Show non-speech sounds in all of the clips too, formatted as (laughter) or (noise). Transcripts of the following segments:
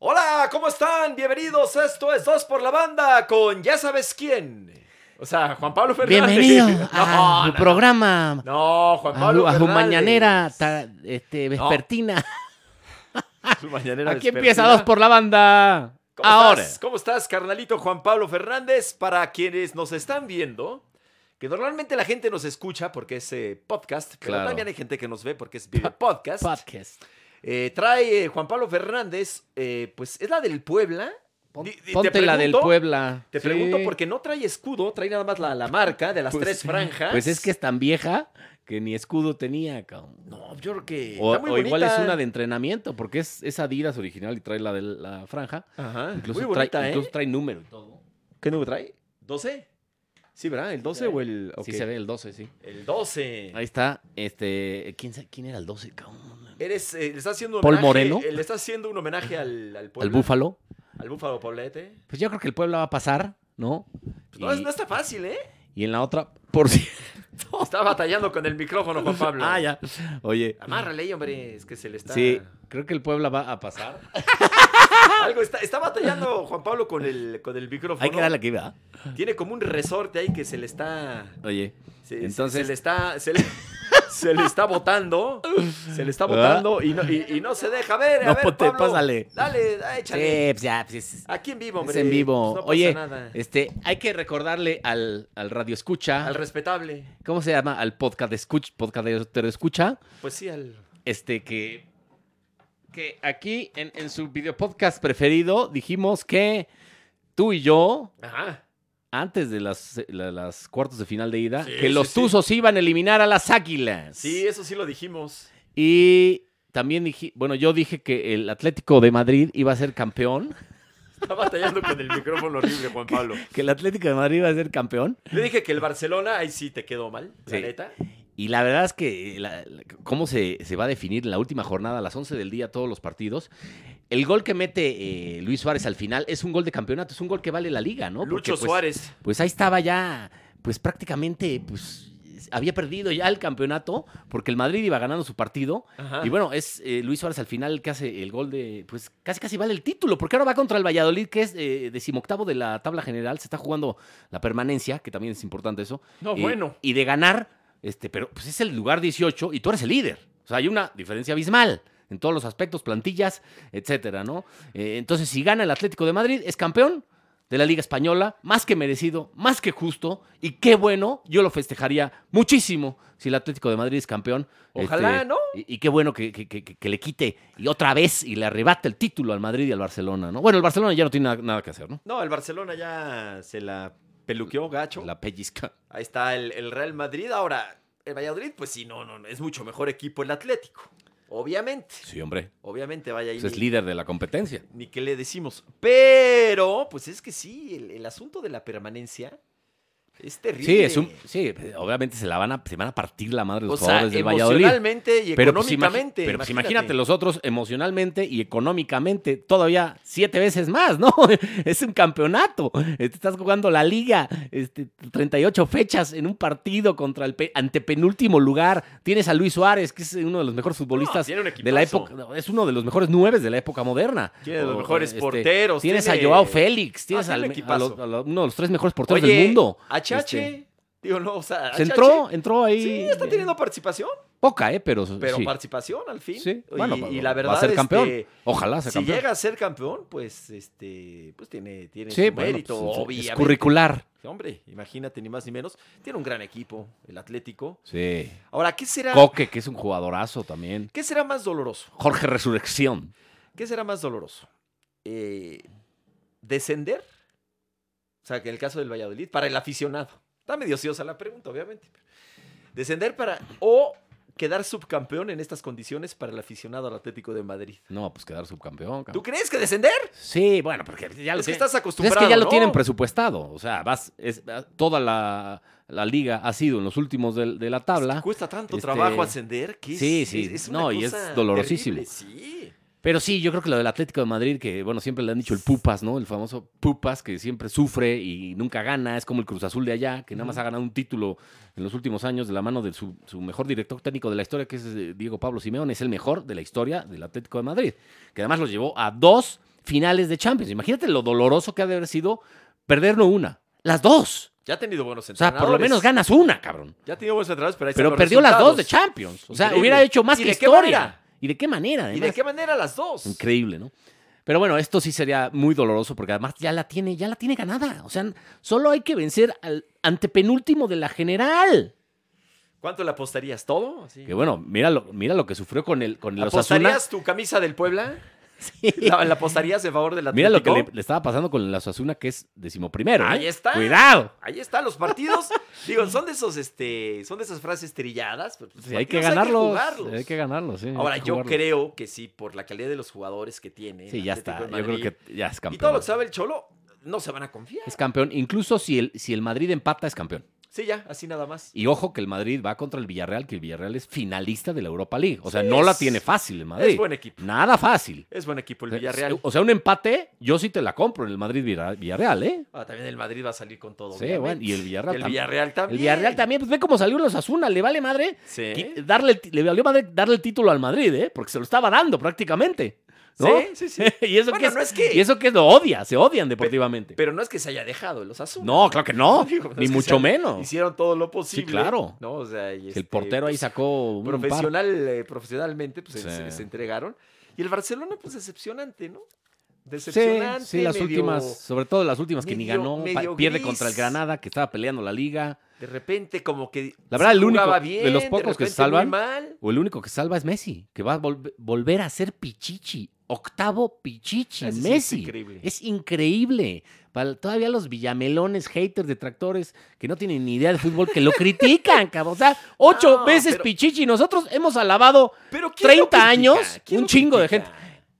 Hola, ¿cómo están? Bienvenidos. Esto es Dos por la Banda con ya sabes quién. O sea, Juan Pablo Fernández. Bienvenido (laughs) No, a tu no, programa. No, Juan a- Pablo a, su Fernández. mañanera ta- este, No. vespertina. (laughs) Su mañanera Aquí vespertina. empieza dos por la banda. ¿Cómo Ahora. Estás? ¿Cómo estás, carnalito Juan Pablo Fernández? Para quienes nos están viendo, que normalmente la gente nos escucha porque es eh, podcast, pero Claro. también hay gente que nos ve porque es video podcast. Podcast. Eh, trae eh, Juan Pablo Fernández, eh, pues es la del Puebla. Pon- Di- di- te Ponte la del pregunto- Puebla. Te Sí. pregunto porque no trae escudo, trae nada más la, la marca de las Pues- tres franjas. Pues es que es tan vieja que ni escudo tenía, cabrón. No, yo creo que. O, está muy o igual es bonita. una de entrenamiento, porque es, es Adidas original y trae la de la franja. Ajá, Incluso, muy trae, bonita, ¿eh? incluso trae número y todo. ¿Qué número trae? ¿12? Sí, ¿verdad? ¿El 12 Sí. o el.? ok. Sí se ve el 12, sí. El 12. Ahí está. Este, ¿quién, sa- quién era el 12, cabrón? Eres, eh, le está haciendo un ¿Paul homenaje- Moreno? eh, Le está haciendo un homenaje al, al ¿Al Puebla, Búfalo? Al Búfalo Poblete. Pues yo creo que el Puebla va a pasar, ¿no? Pues no, es- Y- no está fácil, ¿eh? (laughs) Y en la otra, por (laughs) si. Está batallando con el micrófono, Juan Pablo. Ah, ya. Oye. Amárrale ahí, hombre. Es que se le está. Sí, creo que el Puebla va a pasar. Algo está, está batallando Juan Pablo con el, con el micrófono. Hay que darle aquí, ¿verdad? Tiene como un resorte ahí que se le está. Oye. Se, se- Entonces- se le está. Se le, (laughs) se le está botando. Se le está ¿Verdad? botando y no, y, y no se deja. A ver, a ¿Ah? No, ver. ponte, Pablo, pásale. Dale, ah, échale. Sí, pues ya, pues es, Aquí en vivo, es hombre. en vivo. Pues no pasa Oye, nada. este, hay que recordarle al, al Radio Escucha. Al respetable. ¿Cómo se llama? Al podcast de escucha, podcast de te escucha. Pues sí, al. Este que. Que aquí en, en su video podcast preferido dijimos que tú y yo Ajá. antes de las, eh, la- las cuartos de final de ida, Sí, sí, que los sí. Tuzos iban a eliminar a las Águilas. Sí, eso sí lo dijimos. Y también dije, bueno, yo dije que el Atlético de Madrid iba a ser campeón, Está batallando con el micrófono horrible, Juan Pablo. que el Atlético de Madrid iba a ser campeón. Le dije que el Barcelona, ahí sí te quedó mal, la Sí. neta. Y la verdad es que eh, la- la- cómo se, se va a definir en la última jornada, a las 11 del día, todos los partidos. El gol que mete eh, Luis Suárez al final es un gol de campeonato, es un gol que vale la liga, ¿no? Porque, Lucho pues, Suárez. pues ahí estaba ya, pues prácticamente, pues había perdido ya el campeonato porque el Madrid iba ganando su partido. Ajá. Y bueno, es eh, Luis Suárez al final el que hace el gol de, pues casi casi vale el título, porque ahora va contra el Valladolid, que es eh, decimoctavo de la tabla general, se está jugando la permanencia, que también es importante eso. No, Eh, bueno. Y de ganar, este, pero pues es el lugar 18 y tú eres el líder. O sea, hay una diferencia abismal en todos los aspectos, plantillas, etcétera, ¿no? Eh, entonces, si gana el Atlético de Madrid, es campeón de la Liga Española, más que merecido, más que justo, y qué bueno, yo lo festejaría muchísimo si el Atlético de Madrid es campeón. Ojalá, ¿no? Este, Y, y qué bueno que, que- que- que le quite y otra vez y le arrebate el título al Madrid y al Barcelona, ¿no? Bueno, el Barcelona ya no tiene na- nada, que hacer, ¿no? No, el Barcelona ya se la peluqueó gacho. La pellizca. Ahí está el, el Real Madrid. Ahora, el Valladolid, pues sí, no, no, no, es mucho mejor equipo el Atlético. Obviamente, Sí, hombre. obviamente, vaya ahí. Pues es ni, líder de la competencia. ni qué le decimos. Pero, pues es que sí, el, el asunto de la permanencia es terrible. Sí, es un, sí, obviamente se la van a, se van a partir la madre O los sea, jugadores del Valladolid. emocionalmente y Pero, pues, imagi- económicamente. pero pues imagínate los otros emocionalmente y económicamente todavía siete veces más, ¿no? (laughs) Es un campeonato. Este, Estás jugando la liga, este, 38 fechas en un partido contra el pe- antepenúltimo lugar. Tienes a Luis Suárez, que es uno de los mejores No, futbolistas tiene un de la equipazo. época, no, es uno de los mejores nueve de la época moderna. Tiene de los O, este, mejores porteros, Tienes tiene- Ah, a Joao Félix, tienes tiene al- un a equipazo. los- a los- uno de los tres mejores porteros Oye, del mundo. HH, Este, digo, no, o sea, HH, se entró, entró ahí. Sí, está eh, teniendo participación, Poca, ¿eh? Pero, pero sí. participación al fin. Sí, Y, bueno, pues, y la verdad va a ser este, campeón. Ojalá sea si campeón. llega a ser campeón, pues este, pues tiene, tiene sí, su bueno, mérito, pues, es- es obviamente. curricular. Hombre, imagínate, ni más ni menos. Tiene un gran equipo, el Atlético. Sí. Ahora, ¿qué será, Coque, que es un jugadorazo también. ¿qué será más doloroso? Jorge Resurrección. ¿Qué será más doloroso? Eh, ¿Descender? O sea, que en el caso del Valladolid, para el aficionado. Está medio ociosa la pregunta, obviamente. ¿Descender para o quedar subcampeón en estas condiciones para el aficionado al Atlético de Madrid? No, pues quedar subcampeón. ¿Tú cabrón. crees que descender? Sí, bueno, porque ya lo Es que tienen. estás Pues es acostumbrado. que ya lo ¿no? tienen presupuestado. O sea, vas, es- toda la, la liga ha sido en los últimos del- de, la tabla. Cuesta tanto Este, trabajo ascender que es- sí, sí, es- es una no, y es cosa dolorosísimo. terrible, Sí. Pero sí, yo creo que lo del Atlético de Madrid, que bueno, siempre le han dicho el Pupas, ¿no? El famoso Pupas, que siempre sufre y nunca gana. Es como el Cruz Azul de allá, que nada más ha ganado un título en los últimos años de la mano de su, su mejor director técnico de la historia, que es eh, Diego Pablo Simeón. Es el mejor de la historia del Atlético de Madrid, que además los llevó a dos finales de Champions. Imagínate lo doloroso que ha de haber sido perder no una, las dos. Ya ha tenido buenos O sea, entrenadores. por lo menos ganas una, cabrón. Ya ha tenido buenos entrenadores, pero ahí están Pero los perdió las dos de resultados. Champions. O sea, Increíble. hubiera hecho más ¿Y que de qué historia. manera? ¿Y de qué manera? ¿Y además? de qué manera las dos? Increíble, ¿no? Pero bueno, esto sí sería muy doloroso porque además ya la tiene, ya la tiene ganada. O sea, solo hay que vencer al antepenúltimo de la general. ¿Cuánto le apostarías? ¿Todo? Así. Que bueno, mira lo, mira lo que sufrió con el con los Asuna. ¿Apostarías tu camisa del (laughs) Puebla? (laughs) ¿La, la apostarías en favor del Mira Atlético? lo que le, le estaba pasando con el Asuna, que es decimoprimero. ¿eh? Ahí está. Cuidado. Ahí están los (laughs) partidos. Digo, son de esos, este, son de esas frases trilladas. pero, pues, Sí, hay que partidos ganarlos. jugarlos. Hay que ganarlos. sí, hay Ahora, que yo jugarlos. creo que sí, por la calidad de los jugadores que tiene. Sí, el ya Atlético está. de Yo creo Madrid, que ya es campeón. Y todo lo que sabe el Cholo, no se van a confiar. Es campeón. Incluso si el, si el Madrid empata, es campeón. Sí, ya, así nada más. Y ojo que el Madrid va contra el Villarreal, que el Villarreal es finalista de la Europa League. O sea, Sí, no la es- tiene fácil el Madrid. Eh, Es buen equipo. Nada fácil. Es buen equipo el Villarreal. O sea, un empate, yo sí te la compro en el Madrid Villa- Villarreal, ¿eh? Ah, también el Madrid va a salir con todo. Sí, obviamente. bueno, y el Villarreal el tam- Villarreal también. ¿Eh? El Villarreal también, pues ve cómo salió los Asuna, le vale madre. Sí. qui- Darle, el ti- le valió madre darle el título al Madrid, ¿eh? Porque se lo estaba dando prácticamente. ¿no? (laughs) Sí, sí, sí. y eso Bueno, que es, no es que- Y eso que lo odia, se odian deportivamente. Pero no es que se haya dejado los azules. no, claro que no, (laughs) Digo, ni es que mucho se- menos. Hicieron todo lo posible. claro. ¿no? O sea, y el este, portero ahí pues, sacó un par. profesional, eh, profesionalmente, pues se- Sí. se, se entregaron. Y el Barcelona, pues decepcionante, ¿no? Sí, Decepcionante. sí, las medio últimas, sobre todo las últimas que ni medio- ganó, pa- medio pierde gris. contra el Granada, que estaba peleando la liga. De repente, como que. La verdad, el único jugaba de los pocos que se repente salvan- Muy mal. O el único que salva es Messi, que va a volve- volver a ser Pichichi, octavo Pichichi, Ese sí es Messi. increíble. Es increíble. Para todavía los villamelones, haters, detractores, que no tienen ni idea de fútbol, que lo critican, (laughs) cabrón. O sea, ocho No, veces pero- Pichichi. Nosotros hemos alabado Pero ¿quién 30 lo critica? años, ¿Quién un lo chingo de critica?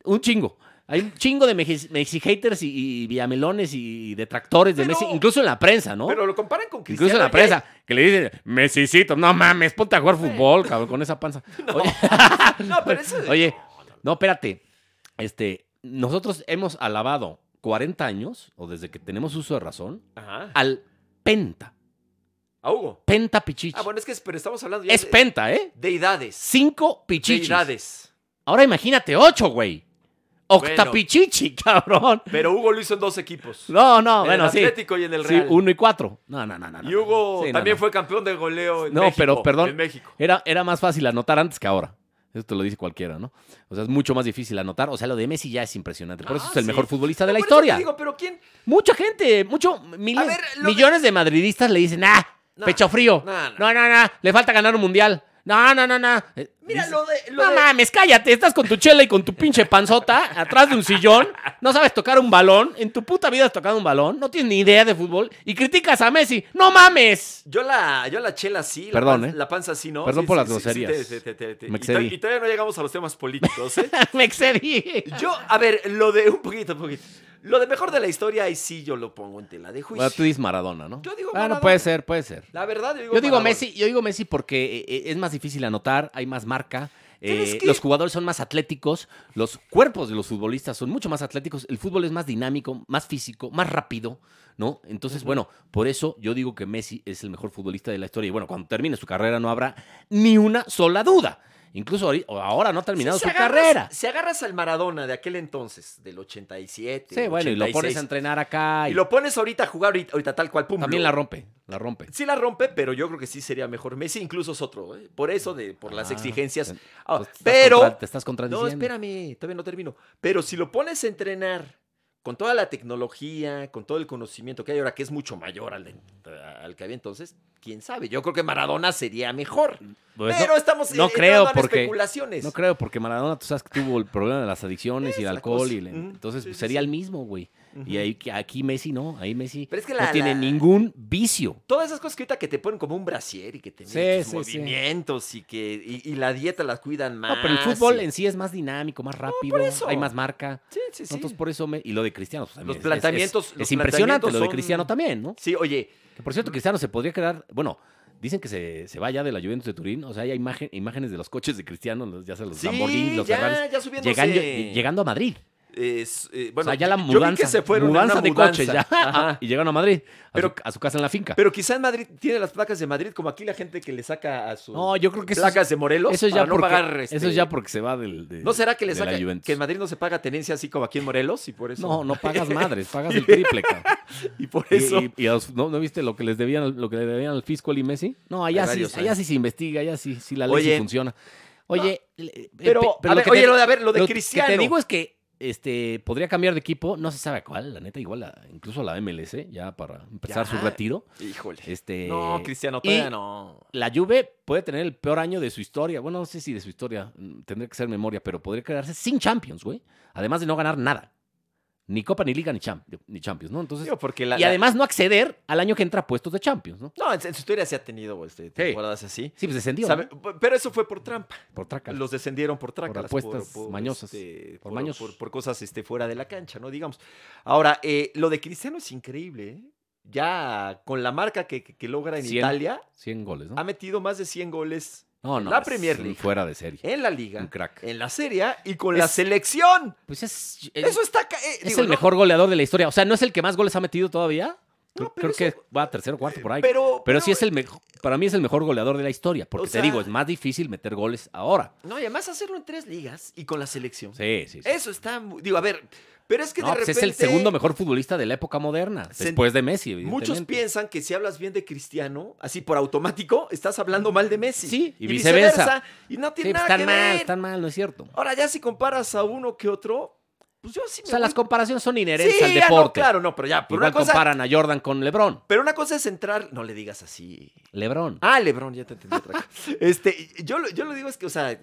un chingo. Hay un chingo de mexi, mexi haters y, y villamelones y detractores de Pero- Messi, incluso en la prensa, ¿no? Pero lo comparan con Cristiano. Incluso en la ya- prensa, que le dicen, Messicito, no mames, ponte a jugar fútbol, cabrón, con esa panza. Oye, (laughs) No, pero eso. Oye, no, espérate. Este, nosotros hemos alabado 40 años, o desde que tenemos uso de razón, Ajá. al Penta. A Hugo. Penta Pichichi. Ah, bueno, es que es- pero estamos hablando ya es de- Penta, ¿eh? deidades. Cinco Pichichis. Deidades. Ahora imagínate ocho, güey. Octapichichi, (laughs) cabrón. Pero Hugo lo hizo en dos equipos. No, no, en bueno, el sí. Atlético y en el Sí, Real. uno y cuatro. No, no, no, no. no. y Hugo Sí, no, también no. fue campeón de goleo en No, México. pero, perdón. En México. Era, era más fácil anotar antes que ahora. Eso te lo dice cualquiera, ¿no? O sea, es mucho más difícil anotar. O sea, lo de Messi ya es impresionante. Por eso Ah, es el sí. mejor futbolista de No, la por eso te historia. digo, pero ¿quién? Mucha gente, mucho, miles, A ver, lo de- millones de madridistas le dicen, ah, No, pecho frío. no, No, no, no, le falta ganar un mundial. No, no, no, no. Eh, Mira, dice, lo de. Lo no de- mames, cállate, estás con tu chela y con tu pinche panzota atrás de un sillón, no sabes tocar un balón, en tu puta vida has tocado un balón, no tienes ni idea de fútbol y criticas a Messi. ¡No mames! (laughs) Yo la, yo la chela sí, Perdón, la, pan- ¿eh? la panza sí, ¿no? Perdón Sí, por sí, las sí, sí, groserías. te- te- te- te- Me y to- excedí. Y todavía no llegamos a los temas políticos, (laughs) ¿eh? Me excedí. Yo, a ver, lo de un poquito, un poquito. Lo de mejor de la historia, ahí sí yo lo pongo en tela de juicio. Bueno, tú dices Maradona, ¿no? Pues Yo digo Bueno, Maradona. puede ser, puede ser. La verdad, yo digo, Yo digo Maradona. Messi, yo digo Messi porque eh, eh, es más difícil anotar, hay más marca, Pero es eh, que- los jugadores son más atléticos, los cuerpos de los futbolistas son mucho más atléticos, el fútbol es más dinámico, más físico, más rápido, ¿no? Entonces, bueno, por eso yo digo que Messi es el mejor futbolista de la historia y bueno, cuando termine su carrera no habrá ni una sola duda. Incluso ahori- o ahora no ha terminado Si su agarras- carrera. Si agarras al Maradona de aquel entonces, del 87. Sí, bueno, y lo pones a 86, entrenar acá y, Y lo pones ahorita a jugar ahorita, ahorita tal cual, pum. también lo- la rompe, la rompe. Sí la rompe, pero yo creo que sí sería mejor. Messi incluso es otro, ¿eh? por eso, de, por las Ah, exigencias. te- Ah, Pues te estás pero, contra- te estás no, contradiciendo. espérame, todavía no termino. Pero si lo pones a entrenar con toda la tecnología, con todo el conocimiento que hay ahora, que es mucho mayor al, de- al que había entonces, quién sabe. Yo creo que Maradona sería mejor. Pues no- pero estamos no eh, creo, dando porque- especulaciones. No creo, porque Maradona, tú sabes que tuvo el problema de las adicciones y el la alcohol. cosa. Y el- Ujú. Entonces, Sí, pues, sí, sería sí. el mismo, güey. Y Ujú. ahí, que aquí Messi no, ahí Messi Pero es que no la- tiene la- ningún vicio. Todas esas cosas que ahorita que te ponen como un brasier y que te Sí, miden tus sí, sí. movimientos y que y, y la dieta la cuidan más. No, pero el fútbol y- en sí es más dinámico, más rápido, eso. hay más marca. Sí, sí, sí. Entonces, por eso, me- y lo de Cristiano. pues, también Los es- es- planteamientos- Es, los es impresionante planteamientos lo de son- Cristiano también, ¿no? Sí, oye, Que, por cierto, Cristiano se podría quedar, bueno, dicen que se, se va ya de la Juventus de Turín. O sea, hay imagen- imágenes de los coches de Cristiano, los- ya sea los sí, Lamborghini, los Ferraris, ya, ya subiéndose. llegando, llegando a Madrid. es, eh, bueno, o sea, ya la yo- mudanza, yo vi que se fueron en mudanza una de mudanza. coches ya. Ajá. (laughs) Y llegaron a Madrid, a, Pero- su, a su casa en la finca. (laughs) Pero quizá en Madrid tiene las placas de Madrid, como aquí la gente que le saca a sus no, yo creo que eso, placas de Morelos eso es ya para no porque, pagar. este, eso es ya porque se va del. de- ¿No será que le de la saca Juventus. que en Madrid no se paga tenencia así como aquí en Morelos y por eso? No, no (laughs) pagas madres, pagas el triple, cabrón. Y por Y- (laughs) eso. Y, y a los- ¿no, no viste lo que les debían, al- lo que le debían al fisco y Messi? No, allá Hay sí, varios, allá ¿eh? sí se investiga, allá sí, sí la ley Oye, sí funciona. Oye, le- eh, pero, pe- a lo ver, que oye, te- lo de, a ver, lo de lo Cristiano. que te digo es que este podría cambiar de equipo, no se sabe a cuál, la neta, igual a- incluso a la MLS, ya para empezar Ya. su retiro. Híjole. Este, no, Cristiano, y- todavía no. la Juve puede tener el peor año de su historia. Bueno, no sé si de su historia, mm, tendría que ser memoria, pero podría quedarse sin Champions, güey. Además de no ganar nada. Ni Copa, ni Liga, ni, Cham- ni Champions, ¿no? Entonces, Digo, porque la, y la- además no acceder al año que entra a puestos de Champions, ¿no? no, en, en su historia se ha tenido este, temporadas así. Sí, pues descendió. Sabe- ¿no? Pero eso fue por trampa. Por trácala. Los descendieron por trácalas. apuestas mañosas, este, por por, mañosos. por- por cosas este, fuera de la cancha, ¿no? Digamos. Ahora, eh, lo de Cristiano es increíble. ¿eh? Ya con la marca que, que- que logra en Cien. Italia, 100 goles, ¿no? ha metido más de 100 goles No, no. Ah, la es Premier un League. Eh, Fuera de serie. en la Un liga, crack. en la serie A y con Es- la selección. Pues es. es- Eso está. ca- eh, es digo, el no- mejor goleador de la historia. O sea, no es el que más goles ha metido todavía. No, Creo pero que eso- va a tercero o cuarto por ahí. Pero, Pero, sí es el mejor. Para mí es el mejor goleador de la historia. Porque O te sea- digo, es más difícil meter goles ahora. No, y además hacerlo en tres ligas y con la selección. Sí, sí. sí. Eso está. mu- Digo, a ver, pero es que No, de pues repente. es el segundo mejor futbolista de la época moderna. Se- Después de Messi, Muchos evidentemente. piensan que si hablas bien de Cristiano, así por automático, estás hablando mal de Messi. Mm, Sí, y viceversa. Y no Sí, tiene pues nada están que mal, ver. están mal, no es cierto. Ahora, ya si comparas a uno que otro, pues yo sí O me sea, voy- las comparaciones son inherentes Sí, al ya no, deporte. claro, no, pero ya, pero Igual una cosa... comparan a Jordan con LeBron. Pero una cosa es entrar... No le digas así. LeBron. Ah, Lebron, ya te entendí otra (laughs) cosa. Este, yo, lo- yo lo digo es que, o sea,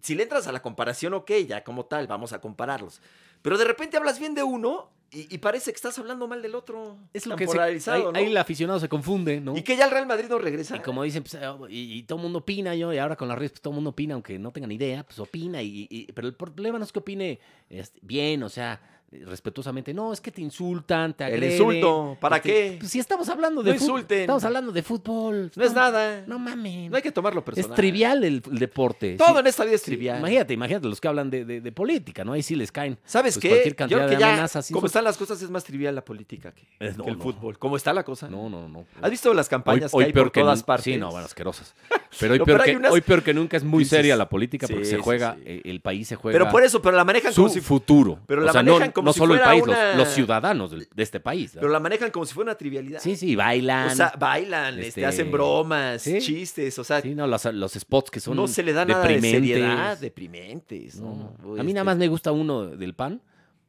si le entras a la comparación, ok, ya como tal, vamos a compararlos. Pero de repente hablas bien de uno y, y parece que estás hablando mal del otro. Es lo Tan que se, ahí, polarizado, ¿no? ahí el aficionado se confunde, ¿no? Y que ya el Real Madrid no regresa. Y como dicen, pues, eh, y, y todo el mundo opina, yo, y ahora con las redes, pues todo el mundo opina, aunque no tengan idea, pues opina. Y, y- pero el problema no es que opine este, bien, o sea, eh, respetuosamente. No, es que te insultan, te el agreden. insulto, ¿para este, qué? Pues si estamos hablando No de fútbol. insulten. Estamos hablando de fútbol. no es nada. pues, No No, mames. hay que tomarlo personal. es trivial el, el deporte. Todo Sí, en esta vida es sí, trivial. Imagínate, imagínate los que hablan de, de- de política, ¿no? Ahí sí les caen. ¿Sabes pues, qué? cualquier Yo cantidad creo de que ya, amenazas y como insultos. están las cosas, es más trivial la política que, Es- no, que el no. fútbol. ¿Cómo está la cosa? No, no, no. ¿Has visto las campañas que hay por que todas nun- partes? Sí, no, (laughs) bueno, asquerosas. Pero hoy, No, peor pero hay que, unas- hoy peor que nunca es muy Dices- seria la política porque Sí, se sí, juega, sí. eh, el país se juega Pero por eso, pero la manejan su como si futuro. pero o la sea, no, manejan como no si solo el fuera país, los- una- los, ciudadanos del- de este país. ¿verdad? Pero la manejan como si fuera una trivialidad. Sí, sí, bailan. O sea, bailan, este, Este, hacen bromas, sí. chistes, o sea, sí, no, los, los spots que son no se le da nada de deprimentes. seriedad, deprimentes. No, ¿no? no. Uy, Mm. A mí nada este, más me gusta uno del PAN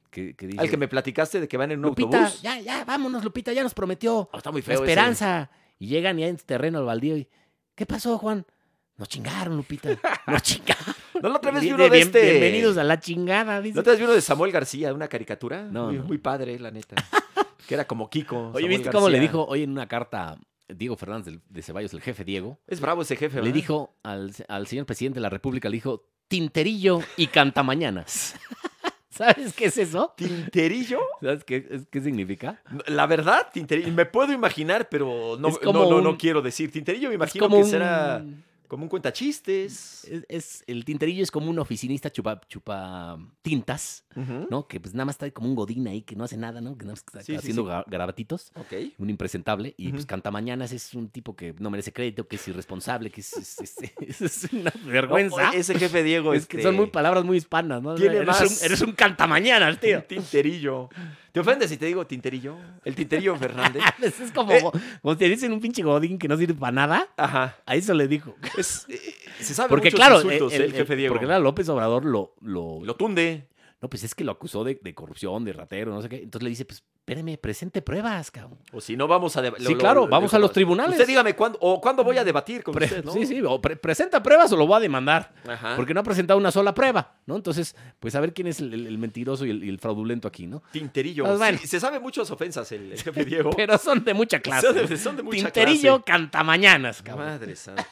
que, que dice... Al que me platicaste de que van en un Lupita, autobús. ya, ya, vámonos, Lupita, ya nos prometió. Oh, está muy La feo. ese. esperanza. Y llegan y hay en terreno al baldío y. ¿Qué pasó, Juan? Nos chingaron, Lupita. (laughs) Nos chingaron. No, la otra vez vi Bien- uno de bien- este. Bienvenidos a la chingada, dice. ¿No te has visto de Samuel García, una caricatura? No, muy, no. muy padre, la (laughs) neta. que era como Kiko. Oye, Samuel ¿viste cómo le García. dijo hoy en una carta Diego Fernández del- de Ceballos, el jefe Diego? Es bravo ese jefe, Le ¿verdad? dijo al, al señor presidente de la República, le dijo tinterillo y cantamañanas. (laughs) ¿Sabes qué es eso? ¿Tinterillo? ¿Sabes qué, es- qué significa? La verdad, Tinterillo. Me puedo imaginar, pero no, Es como no, no, no un- quiero decir. Tinterillo me Es imagino que será un- como un cuentachistes. es- es- el tinterillo es como un oficinista chupa, chupa tintas, Ujú. ¿no? Que pues nada más está como un godín ahí que no hace nada, ¿no? Que nada más está Sí, sí, haciendo sí. gra- garabatitos. Ok. Un impresentable. Y pues Ujú. canta mañanas es un tipo que no merece crédito, que es irresponsable, que es, es- (laughs) es- es- es una vergüenza. No, ese jefe Diego es que este, son muy palabras muy hispanas, ¿no? Tiene eres, más- un, eres un cantamañanas, (laughs) tío. (laughs) un Tinterillo. ¿Te ofendes si te digo Tinterillo? El Tinterillo (laughs) Fernández. Ah, pues, es como, Eh. como te dicen un pinche godín que no sirve para nada. Ajá. A eso le dijo. Es, eh, se sabe Porque muchos claro, insultos, el- el, jefe el- Diego. porque claro, López Obrador lo, lo, Lo tunde. No, pues es que lo acusó de, de corrupción, de ratero, no sé qué. Entonces le dice, pues espéreme, presente pruebas, cabrón. O si no, vamos a... deba- Sí, claro, vamos dijo, a los tribunales. Mm, Usted dígame cuándo, o cuándo voy a debatir con Pre- Pues usted, ¿no? (laughs) Ah. Sí, sí, o pre- presenta pruebas o lo voy a demandar. Ajá. Porque no ha presentado una sola prueba, ¿no? Entonces, pues a ver quién es el, el- el mentiroso y el, y el fraudulento aquí, ¿no? Tinterillo. Pues, Sí, bueno. se sabe muchas ofensas el, el (laughs) jefe Diego. (laughs) Pero son de mucha clase. Son de- son de mucha Tinterillo clase. (laughs) cantamañanas, cabrón. Madre santa.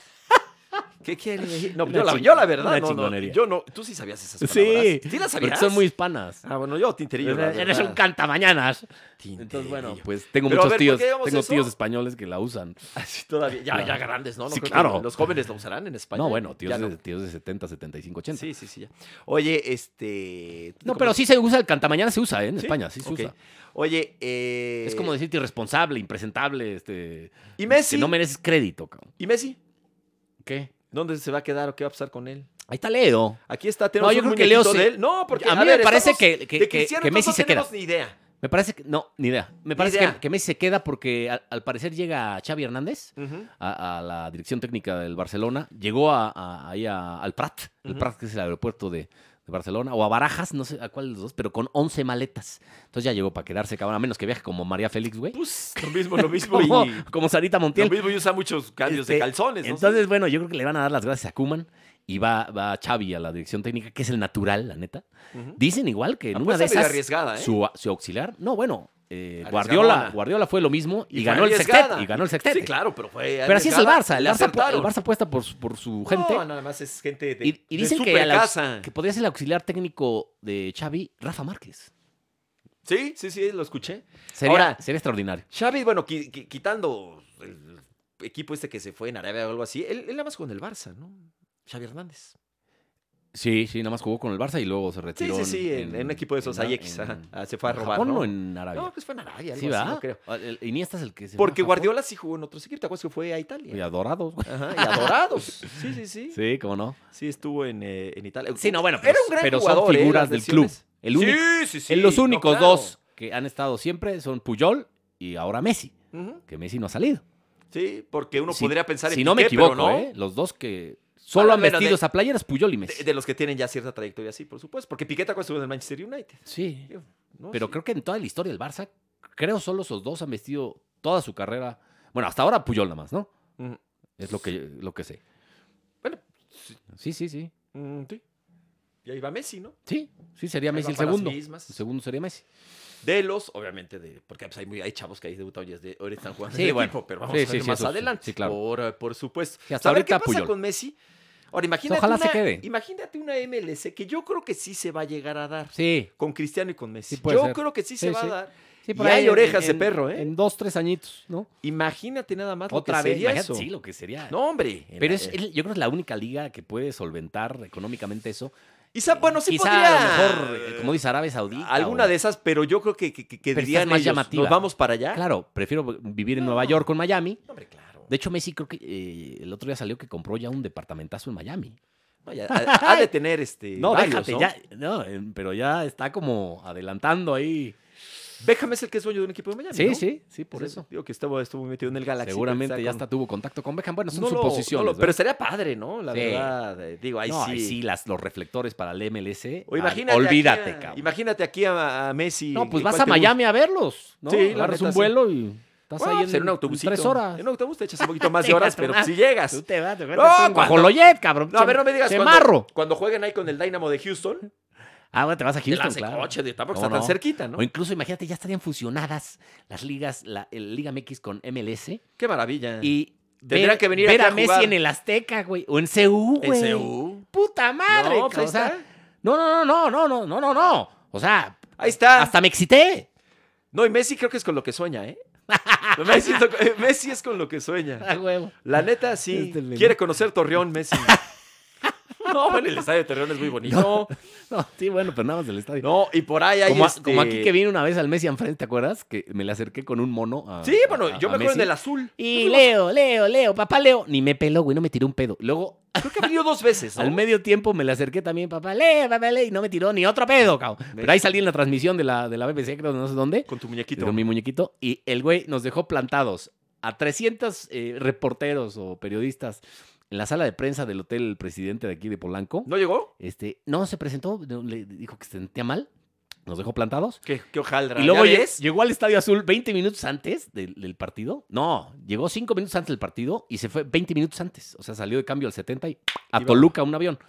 ¿Qué quiere decir? No, Una yo la, ching- yo la verdad una no, no, chingonería. yo no. Tú sí sabías esas palabras. Sí, ¿Sí las porque sabías? son muy hispanas. Ah, bueno, yo tinterillo. la Eres un verdad. cantamañanas. Tinterillo. Entonces, bueno, (laughs) pues tengo Pero a muchos ver, ¿por tíos, qué digamos tengo eso? tíos españoles que la usan. Así todavía. Ya, ya grandes, ¿no? No Sí, creo que claro. Los jóvenes la usarán en España. No, bueno, tíos Ya no. de, tíos de 70, 75, 80. Sí, sí, sí, ya. Oye, este. No, ¿cómo pero es? sí se usa, el cantamañana se usa ¿eh? en ¿Sí? España, sí se Ok. usa. Oye, eh. Es como decirte irresponsable, impresentable, este... ¿Y Messi? Que no mereces crédito, cabrón. ¿Y Messi? ¿Qué? ¿Dónde se va a quedar o qué va a pasar con él? Ahí está Leo. Aquí está, tenemos No, yo un creo que Leo muñequito se- de él. No, porque A mí me ver, parece estamos- que- que- de que- Cristiano que Messi todos se queda. No tenemos ni idea. Me parece que... No, ni idea. Me Ni parece idea. Que, que Messi se queda porque al, al parecer llega Xavi Hernández Ujú. a, a la dirección técnica del Barcelona. Llegó a, a- ahí a- al Prat. El Ujú. Prat que es el aeropuerto de, de Barcelona. O a Barajas, no sé a cuál de los dos, pero con 11 maletas. Entonces ya llegó para quedarse, cabrón. A menos que viaje como María Félix, güey. Pues lo mismo, lo (laughs) mismo. Como, y, como Sarita lo Montiel. mismo y usa muchos cambios de Este, calzones. ¿no? Entonces, bueno, yo creo que le van a dar las gracias a Kuman y va, va Xavi a la dirección técnica, que es el natural, la neta. Ujú. Dicen igual que en una Apuesta de medio esas arriesgada, ¿eh? su, su auxiliar, no, bueno, eh, Arriesgadona. Guardiola, Guardiola fue lo mismo y, fue ganó el arriesgada. sextete, y ganó el sextete. Sí, claro, pero fue. Pero así es el arriesgada, Barça, el le Barça, pu- el acertaron. Barça apuesta por, su- por su gente. No, nada más es gente de. y, y de dicen que, a la- supercasa. que podría ser el auxiliar técnico de Xavi, Rafa Márquez. Sí, sí, sí, lo escuché. Sería, Ahora- sería extraordinario. Xavi, bueno, qui- qui- quitando el equipo este que se fue en Arabia o algo así, él, él nada más jugó en el Barça, ¿no? Xavi Hernández. Sí, sí, nada más jugó con el Barça y luego se Sí, retiró. sí, sí, en, en un equipo de esos en- Ajax. ajá. en Ah, se fue a robar. Japón ¿no? o en Arabia? No, pues fue en Arabia, algo así, Sí, ¿verdad? Ah, no creo. El- el Iniesta es el que se Porque fue a Japón Guardiola sí jugó en otros equipos, ¿te acuerdas que fue a Y Italia? adorados. güey. Ajá, y adorados. Sí, sí, sí. Sí, Sí, cómo no. estuvo en, eh, en Italia. Sí, no, bueno, pero, Era un gran pero jugador, son ¿eh? figuras Las del club. lesiones. El único, sí, sí, sí. en los no, únicos claro. dos que han estado siempre son Puyol y ahora Messi, Ujú. que Messi no ha salido. Sí, porque uno Si- podría pensar en si no me Piqué, pero equivoco, no. ¿eh? los dos que solo Ah, han bueno, vestido de- esa playera es Puyol De, y Messi. de los que tienen ya cierta trayectoria, sí, por supuesto. Porque Piqué ¿cuál estuvo en el Manchester United. sí, ¿no? pero Oh, Sí. creo que en toda la historia del Barça, creo solo esos dos han vestido toda su carrera. Bueno, hasta ahora Puyol nada más, ¿no? Mm, Es lo que, lo que sé. Bueno, Sí, sí, sí. mm, sí. Y ahí va Messi, ¿no? Sí, sí, sería Ahí Messi va el para las segundo. El mismas. segundo sería Messi. De los, obviamente, de, porque pues, hay, muy, hay chavos que ahí debutaron y es de- ahora están jugando Sí, en el bueno. equipo, pero vamos Sí, a ver sí, sí, más eso sí, adelante. sí, claro. por, eh, por supuesto. Sí, hasta Saber ahorita qué pasa Puyol. con Messi. Ahora, imagínate, Ojalá una, se quede. imagínate una MLC que yo creo que sí se va a llegar a dar Sí, con Cristiano y con Messi. Sí, puede yo ser. creo que sí, Sí, se va sí. a dar. sí Y hay en- orejas de en- perro, ¿eh? En dos, tres añitos, ¿no? Imagínate nada más Otra lo que vez. sería imagínate, eso. Sí, lo que sería. No, hombre. Pero es, el- yo creo que es la única liga que puede solventar económicamente eso. Quizá, bueno, sí Quizá podría. a lo mejor, eh, como dice Arabia Saudí. Alguna de esas, pero yo creo que, que, que- que Pero esta es dirían más ellos, llamativa. nos vamos para allá. Claro, prefiero vivir en No. Nueva York con Miami. No, hombre, claro. De hecho, Messi creo que eh, el otro día salió que compró ya un departamentazo en Miami. No, ya, ha, ha de tener este. No, varios, déjate, ¿no? ya. No, eh, pero ya está como adelantando ahí. Beckham es el que es dueño de un equipo de Miami. Sí, ¿no? sí, sí, por Es- eso. Digo que estaba, estuvo muy metido en el Galaxy. Seguramente pero ya con- hasta tuvo contacto con Beckham. Bueno, son No lo- suposiciones. no lo- ¿verdad? pero estaría padre, ¿no? La Sí. verdad. eh, Digo, ahí no, sí. ahí sí, las, los reflectores para el MLS. O al- imagínate olvídate, aquí a, cabrón. Imagínate aquí a, a Messi. No, pues ¿en vas cuál a te gusta? Miami a verlos, ¿no? Sí, la Agarras neta, un sí. vuelo y estás Bueno, ahí pues en, un autobusito. tres horas. En un autobús te echas un (laughs) poquito más Sí, de horas, gasto pero más. si llegas. Tú te vas, te No, vas. cuando- Guajoloyet, cabrón. No, a ver, no me digas. Te cuando- marro. Cuando jueguen ahí con el Dynamo de Houston, Ah, bueno, te vas a te Houston, lanzan claro. coche, digo, tampoco ¿Cómo está tan no? cerquita, ¿no? O incluso, imagínate, ya estarían fusionadas las ligas, la el Liga MX con MLS. Qué maravilla. Y Ah. Tendrían ver- que venir ver aquí a, a Messi jugar. en el Azteca, güey. O en CU, güey. En CU. ¡Puta madre! No, pues ahí cabrón. O sea, está. no, no, no, no, no, no, no, no. O sea, Ahí está. hasta me (laughs) excité. No, y Messi creo que es con lo que sueña, (laughs) ¿eh? Messi, es lo- eh, Messi es con lo que sueña. Ah, huevo. La neta, sí. Este le- Quiere conocer Torreón, (laughs) Messi. No, bueno, el estadio de Torreón es muy bonito. No, sí, bueno, pero nada más del estadio. No, y por ahí hay como, a- este- como aquí que vine una vez al Messi enfrente, ¿te acuerdas? Que me le acerqué con un mono. A, Sí, a- bueno, a- yo a me acuerdo Messi. en el azul. Y Leo, Leo, Leo, papá Leo. Ni me peló, güey, no me tiró un pedo. Luego, Creo que ha venido dos veces, ¿Ah, ¿no? al medio tiempo me le acerqué también, papá Leo, papá Leo, y no me tiró ni otro Ah, pedo, cabrón. Pero ahí salí en la transmisión de la, de la BBC, creo, no sé dónde, Con tu muñequito. con mi muñequito. Y el güey nos dejó plantados a 300 eh, reporteros o periodistas en la sala de prensa del hotel presidente de aquí de Polanco. ¿No llegó? Este, no se presentó, no, le dijo que se sentía mal, nos dejó plantados. Qué, qué hojaldra. Y luego ¿Ya lle- ves? llegó al Estadio Azul 20 minutos antes del, del partido. No, llegó 5 minutos antes del partido y se fue 20 minutos antes. O sea, salió de cambio al 70 y a Y Toluca un avión.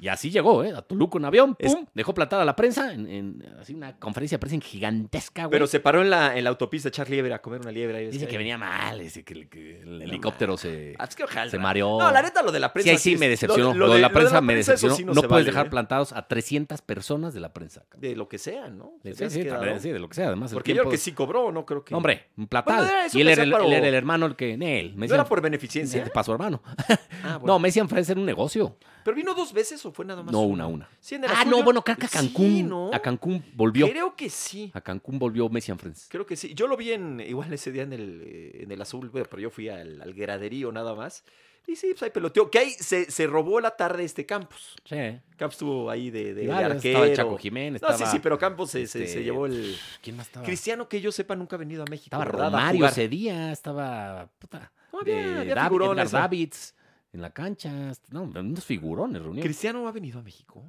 Y así llegó, ¿eh? A Toluca en avión, Es- pum, dejó platada a la prensa, en, en- así una conferencia de prensa gigantesca, Ah, güey. Pero se paró en la, en la autopista a echar liebre, a comer una liebre. ahí, Dice ¿sabes? que venía mal, dice que, que el helicóptero se... Ah, es que ojalá. se mareó. No, la neta, lo de la Sí, prensa. ahí sí es- me decepcionó. Lo, de la prensa me decepcionó. no puedes ¿eh? dejar plantados a 300 personas de la prensa. cabrón. De lo que sea, ¿no? Sí, Te has sí, quedado. también, sí, de lo que sea, además. el Porque yo creo tiempo- que sí cobró, no creo que. Hombre, un platal. Bueno, era eso y él que era, hacía el, él para- era el hermano, el que... ne, él. Me ¿No decían, eh, era por beneficencia? (laughs) para su hermano. Ah, No, bueno. me decían Friends era un negocio. ¿Pero vino dos veces o fue nada más? No, una, una. Sí, en el Ah, azul, no, yo- bueno, creo que a Sí, Cancún. ¿no? A Cancún volvió. Creo que sí. A Cancún volvió Messi and Friends. Creo que sí. Yo lo vi en, igual ese día en el, eh, en el azul, güey, pero yo fui al, al graderío nada más. Y sí, pues ahí peloteó. Que ahí se, se robó la tarde este Campos. Sí. Campos estuvo ahí de, de, Y de varios, arquero. Estaba Chaco Jiménez. no, sí, estaba, sí, pero Campos se, se- este, se llevó el. ¿Quién más estaba? Cristiano, que yo sepa, nunca ha venido a México. Ah. Estaba ¿verdad? A Romario jugar. ese día, estaba... Puta. No, había, eh, había Dav- figurones, Edgar ¿no? Davids en la cancha. este, No, unos figurones reunidos. ¿Cristiano ha venido a México?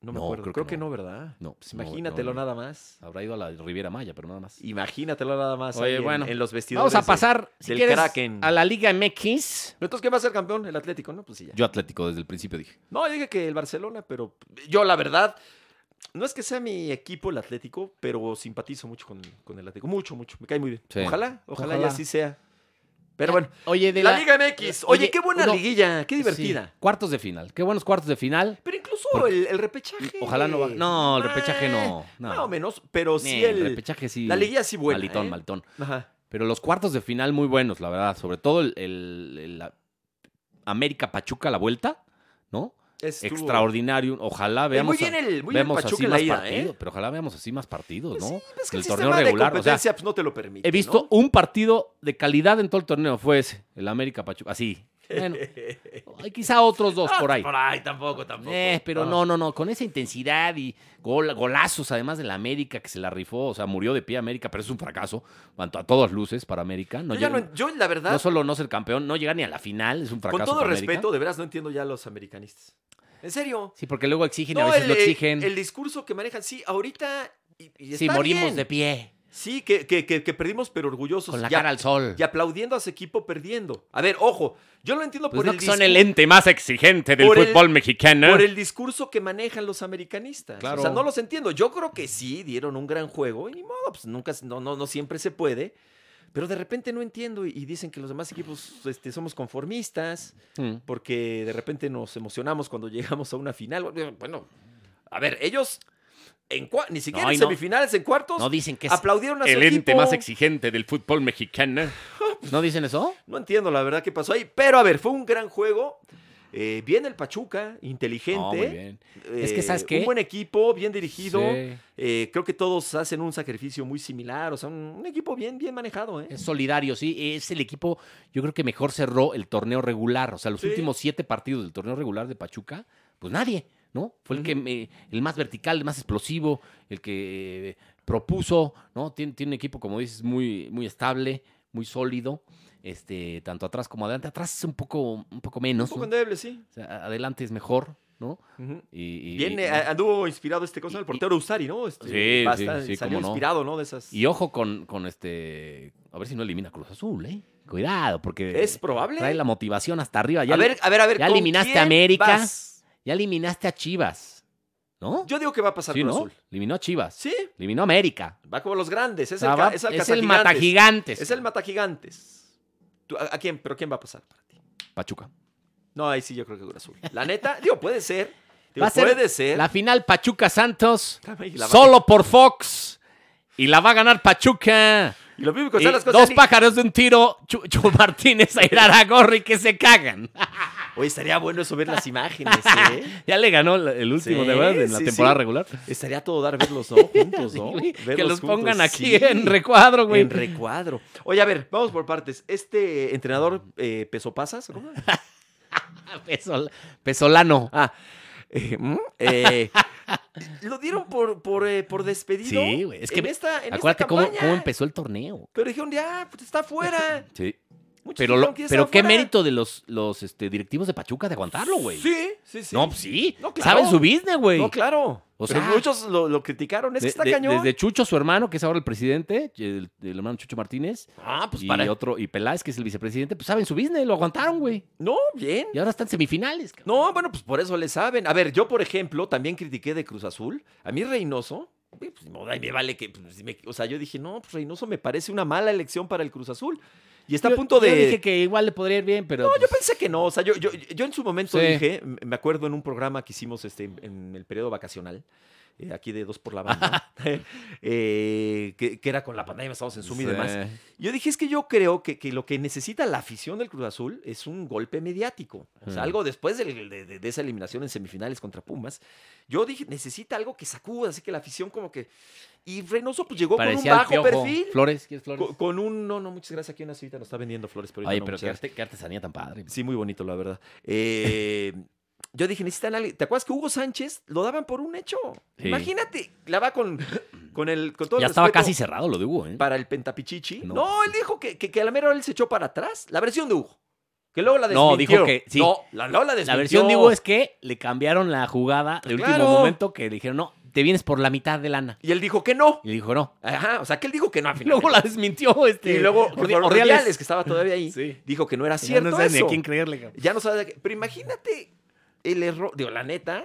No me No, acuerdo. creo Creo, que que no. no, ¿verdad? No, Pues no, no, imagínatelo no. nada más. Habrá ido a la Riviera Maya, pero nada más. Imagínatelo nada más. Oye, ahí en- bueno, en, los vestidores. Vamos a de- pasar si del quieres, Kraken. a la Liga MX. Pero Entonces, ¿qué va a ser campeón? El Atlético, ¿no? Pues sí, ya. Yo Atlético desde el principio dije. No, yo dije que el Barcelona, pero yo la verdad, no es que sea mi equipo el Atlético, pero simpatizo mucho con, con el Atlético. Mucho, mucho. Me cae muy bien. Sí. Ojalá, ojalá, Ojalá. y así sea. Pero bueno, Oye, de la, Liga MX. Oye, oye, qué buena uno- liguilla, qué divertida. Sí, cuartos de final. Qué buenos cuartos de final. Pero incluso Porque- el, el repechaje. Ojalá no va. No, el repechaje no. Eh, no. Más o menos, pero Nah, sí el. repechaje sí. La liguilla sí buena. Malitón, ¿eh? malitón. Ajá. Pero los cuartos de final muy buenos, la verdad. Sobre todo el, el- el- la- América Pachuca la vuelta, ¿no? Estuvo- Extraordinario. Ojalá Eh, veamos. Muy bien a- el, muy bien Vemos Pachuca así en la más ida, partidos, ¿eh? pero ojalá veamos así más partidos, Pues ¿no? sí, es que el, Del torneo torneo regular, de o sea, competencia pues, no te lo permite. He visto un partido de calidad en todo el torneo. Fue ese, el América Pachuca. Así. (laughs) Bueno, hay quizá otros dos ¿no? por ahí. Ah, Por ahí tampoco, tampoco. Eh, pero no, no, no. Con esa intensidad y gol- golazos, además del América que se la rifó. O sea, murió de pie América, pero es un fracaso. cuanto A todas luces para América. No, yo, ya llega- no- yo, la verdad, no solo no ser campeón, no llegar ni a la final. Es un fracaso. con todo para América. respeto, de veras no entiendo ya a los americanistas. En serio. Sí, porque luego exigen y a No, veces el, lo eh, exigen. el discurso que manejan, sí, ahorita. Y, y sí, está morimos bien. de pie. Sí, que, que- que- que perdimos, pero orgullosos. Con la Ya- cara al sol. Y aplaudiendo a su equipo perdiendo. A ver, ojo, yo lo entiendo Pues por, no el que son discur- el ente más exigente del Por el- fútbol mexicano. por el discurso que manejan los americanistas. O Claro. sea, no los entiendo. Yo creo que sí dieron un gran juego y ni modo, pues nunca, no, no, no siempre se puede. Pero de repente no entiendo y- y dicen que los demás equipos este, somos conformistas Mm. porque de repente nos emocionamos cuando (laughs) llegamos a una final. Bueno, a ver, ellos en cua- ni siquiera No, y en no. semifinales, en cuartos, No dicen que es aplaudieron a su el ente equipo. más exigente del fútbol mexicano. (laughs) ¿No dicen eso? No entiendo la verdad qué pasó ahí, pero a ver, fue un gran juego. Eh, bien el Pachuca, inteligente. No, muy bien. Es que, eh, ¿sabes qué? Un buen equipo, bien dirigido. Sí. Eh, creo que todos hacen un sacrificio muy similar. O sea, un, un equipo bien, bien manejado, ¿eh? Es solidario, sí. Es el equipo, yo creo que mejor cerró el torneo regular. O sea, los Sí. últimos siete partidos del torneo regular de Pachuca, pues nadie, ¿no? Fue el que me- el más vertical, el más explosivo, el que eh, propuso, ¿no? Tiene, tiene un equipo, como dices, muy, muy estable, muy sólido. Este, tanto atrás como adelante. Atrás es un poco, un poco Un menos. poco ¿no? endeble, sí. O sea, adelante es mejor, ¿no? Ujú. Y, y- Bien, y- eh, anduvo inspirado este cosa, y- el portero Ustari, ¿no? Este, Sí, bastante- sí, sí, salió cómo no. inspirado, ¿no? De esas. Y ojo con, con este. A ver si no elimina Cruz Azul, ¿eh? Cuidado, porque es probable. trae la motivación hasta arriba. Ya, a ver, a ver, a ver. ya ¿con eliminaste a quién América? vas? ya eliminaste a Chivas, ¿no? Yo digo que va a pasar sí, Cruz ¿no? Azul. Eliminó a Chivas. Sí, Eliminó a América. va como los grandes. O Es sea, el, Ah, va- ca- es el, es el cazagigantes. matagigantes. Es el matagigantes. Tú, ¿A, a quién? ¿Pero quién va a pasar para ti? Pachuca. No, ahí sí yo creo que Cruz Azul. La neta, (laughs) digo, puede ser. Digo, Va a ser puede ser. (laughs) La final Pachuca Santos. ¿Eh? Y la- Solo por Fox. Y la va a ganar Pachuca. Y lo mismo que Y son las cosas. dos ni- pájaros de un tiro. Chucho Martínez, Ayrara Gorri, que se cagan. Oye, estaría bueno eso ver (laughs) las imágenes, ¿eh? ya le ganó la- el último, Sí, de verdad, en la sí, temporada sí. regular. Estaría a todo dar verlos, ¿no? Juntos, (laughs) Sí, ¿no? güey, que Verlos los juntos, pongan aquí sí. en recuadro, güey. En recuadro. Oye, a ver, vamos por partes. Este entrenador eh, Pesopasas, ¿cómo? (laughs) (laughs) Pesol- Pesolano. Ah. eh, ¿mm? Eh, (laughs) lo dieron por, por, eh, por despedido. Sí, güey, es que en esta, en esta Acuérdate cómo, campaña. cómo empezó el torneo. Pero dijeron, ya, pues está fuera. Sí. Muchos Pero, dijeron lo- que ya pero estaba qué fuera. mérito de los, los este, directivos de Pachuca de aguantarlo, güey. Sí, sí, sí. No, pues sí. No, claro. Saben su business, güey. No, claro. O Pero sea- muchos lo, lo criticaron. Es que De- está de- cañón. Desde Chucho, su hermano, que es ahora el presidente, el, el hermano Chucho Martínez. Ah, pues y para. otro, y Peláez, que es el vicepresidente, pues saben su business, lo aguantaron, güey. No, bien. Y ahora están en semifinales. cabrón. No, bueno, pues por eso le saben. A ver, yo, por ejemplo, también critiqué de Cruz Azul. A mí Reynoso, güey, pues, no, ay, me vale que... pues, si me- o sea, yo dije, no, pues Reynoso me parece una mala elección para el Cruz Azul. Y está Yo- a punto de... Yo dije que igual le podría ir bien, pero. No, yo pues, pensé que no. O sea, yo, yo, yo en su momento Sí. dije, m- me acuerdo en un programa que hicimos este, en- en el periodo vacacional, eh, aquí de Dos por la Banda, (laughs) eh, que, que era con la pandemia, estábamos en Zoom y sí. demás. Yo dije, es que yo creo que, que lo que necesita la afición del Cruz Azul es un golpe mediático. O sea, Mm. algo después del- de, de- de esa eliminación en semifinales contra Pumas. Yo dije, necesita algo que sacuda, así que la afición como que... Y Reynoso pues llegó Parecía el con un bajo Piojo. perfil. Flores, ¿quieres co- flores? Con, un... No, no, muchas gracias. Aquí una cita nos está vendiendo flores. Pero ahorita Oye, no, pero muchas qué, gracias. arte- qué artesanía tan padre. Sí, muy bonito, la verdad. Eh, (laughs) yo dije, necesitan alguien. ¿Te acuerdas que Hugo Sánchez lo daban por un hecho? Sí. Imagínate, la va con, con el con todo el Ya estaba respeto casi cerrado lo de Hugo, ¿eh? para el pentapichichi. No, No. él dijo que, que, que a la mera hora él se echó para atrás. La versión de Hugo. Que luego la No, desmintió. dijo que- sí. No, la, luego la La desmintió. versión de Hugo es que le cambiaron la jugada de último Claro. momento que le dijeron, no, te vienes por la mitad de lana. Y él dijo que no. Y le dijo, no. Ajá, o sea, que él dijo que no al Y final. (laughs) luego la desmintió este. Y luego, que Ordi- fueron Ordiales. Ordiales, que estaba todavía ahí, Sí. dijo que no era Ya cierto no sabes ni eso. a quién creerle, cabrón. Ya no sabes. de qué- Pero imagínate el error. Digo, la neta,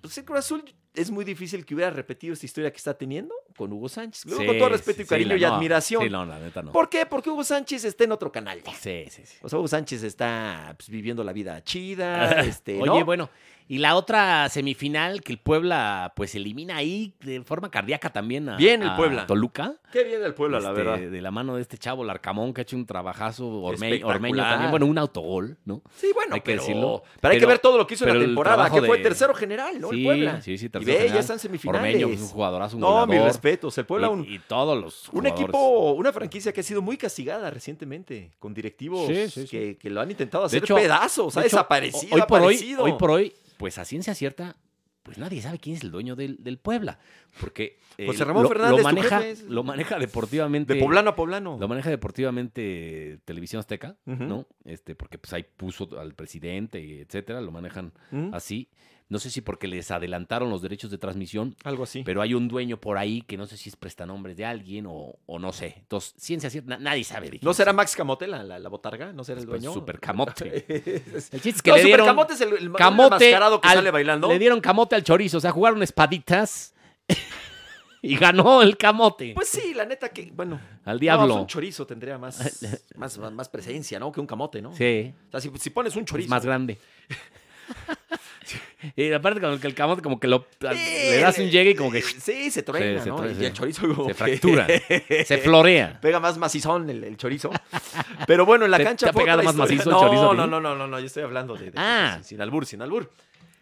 pues el Cruz Azul es muy difícil que hubiera repetido esta historia que está teniendo con Hugo Sánchez. Luego, Sí, con todo sí, respeto y sí, cariño la- y no, admiración. Sí, no, la neta no. ¿Por qué? Porque Hugo Sánchez está en otro canal. ya. Sí, sí, sí. O sea, Hugo Sánchez está pues, viviendo la vida (laughs) chida. este, Oye, ¿no? bueno, y la otra semifinal que el Puebla pues elimina ahí de forma cardíaca también a, Bien el a Puebla. Toluca. Qué bien el pueblo, la Este, verdad. De la mano de este chavo, el Arcamón, que ha hecho un trabajazo orme- Espectacular. ormeño también. Bueno, un autogol, ¿no? Sí, bueno, hay que pero, decirlo. pero hay que Pero- ver todo lo que hizo en la pero el temporada, trabajo que fue de- tercero general, ¿no? el Puebla. sí, sí, y tercero ve, ya general. están semifinales. Ormeño, pues, un jugadorazo, un no, mis goleador. respetos. El Puebla, Y- un, y, todos los Un jugadores. equipo, una franquicia que ha sido muy castigada recientemente, con directivos Sí, sí, sí. Que, que lo han intentado hacer hecho- pedazos, ha De hecho, desaparecido, Hoy ha por hoy, aparecido. hoy por hoy, pues a ciencia cierta, pues nadie sabe quién es el dueño del, del Puebla. Porque eh, José Ramón lo, Fernández, tu lo maneja, jefe es- lo maneja deportivamente. de poblano a poblano. Lo maneja deportivamente Televisión Azteca, Ujú. ¿no? Este, porque pues ahí puso al presidente, y etcétera, lo manejan ¿Mm? así. No sé si porque les adelantaron los derechos de transmisión, Algo así. pero hay un dueño por ahí que no sé si es prestanombres de alguien o, o no sé. Entonces, ciencia cierta, na- nadie sabe. de quién ¿No es. será Max Camote la, la- la botarga? ¿No será el Pues, dueño? (laughs) Super Camote. El chiste es que no, le dieron Super Camote es el, el el camote enmascarado que al- sale bailando. Le dieron camote al chorizo, o sea, jugaron espaditas (laughs) y ganó el camote Pues sí, la neta que, bueno, al no, diablo. pues un chorizo tendría más, (laughs) más, más, más presencia, ¿no? Que un camote, ¿no? sí, O sea, si, si pones un es chorizo. más (laughs) grande. y aparte con el que el camote como que lo Sí, le das un llegue y como que Sí, se truena, se ¿no? truena, y sí. el chorizo como se que- (laughs) fractura, se florea. Pega más macizón el, el chorizo. Pero bueno, en la ¿Te- cancha te ha fue pegado otra más historia. macizo el no, chorizo a ti? No, no, no, no, no, yo estoy hablando de, de Ah. cosas sin albur, sin albur.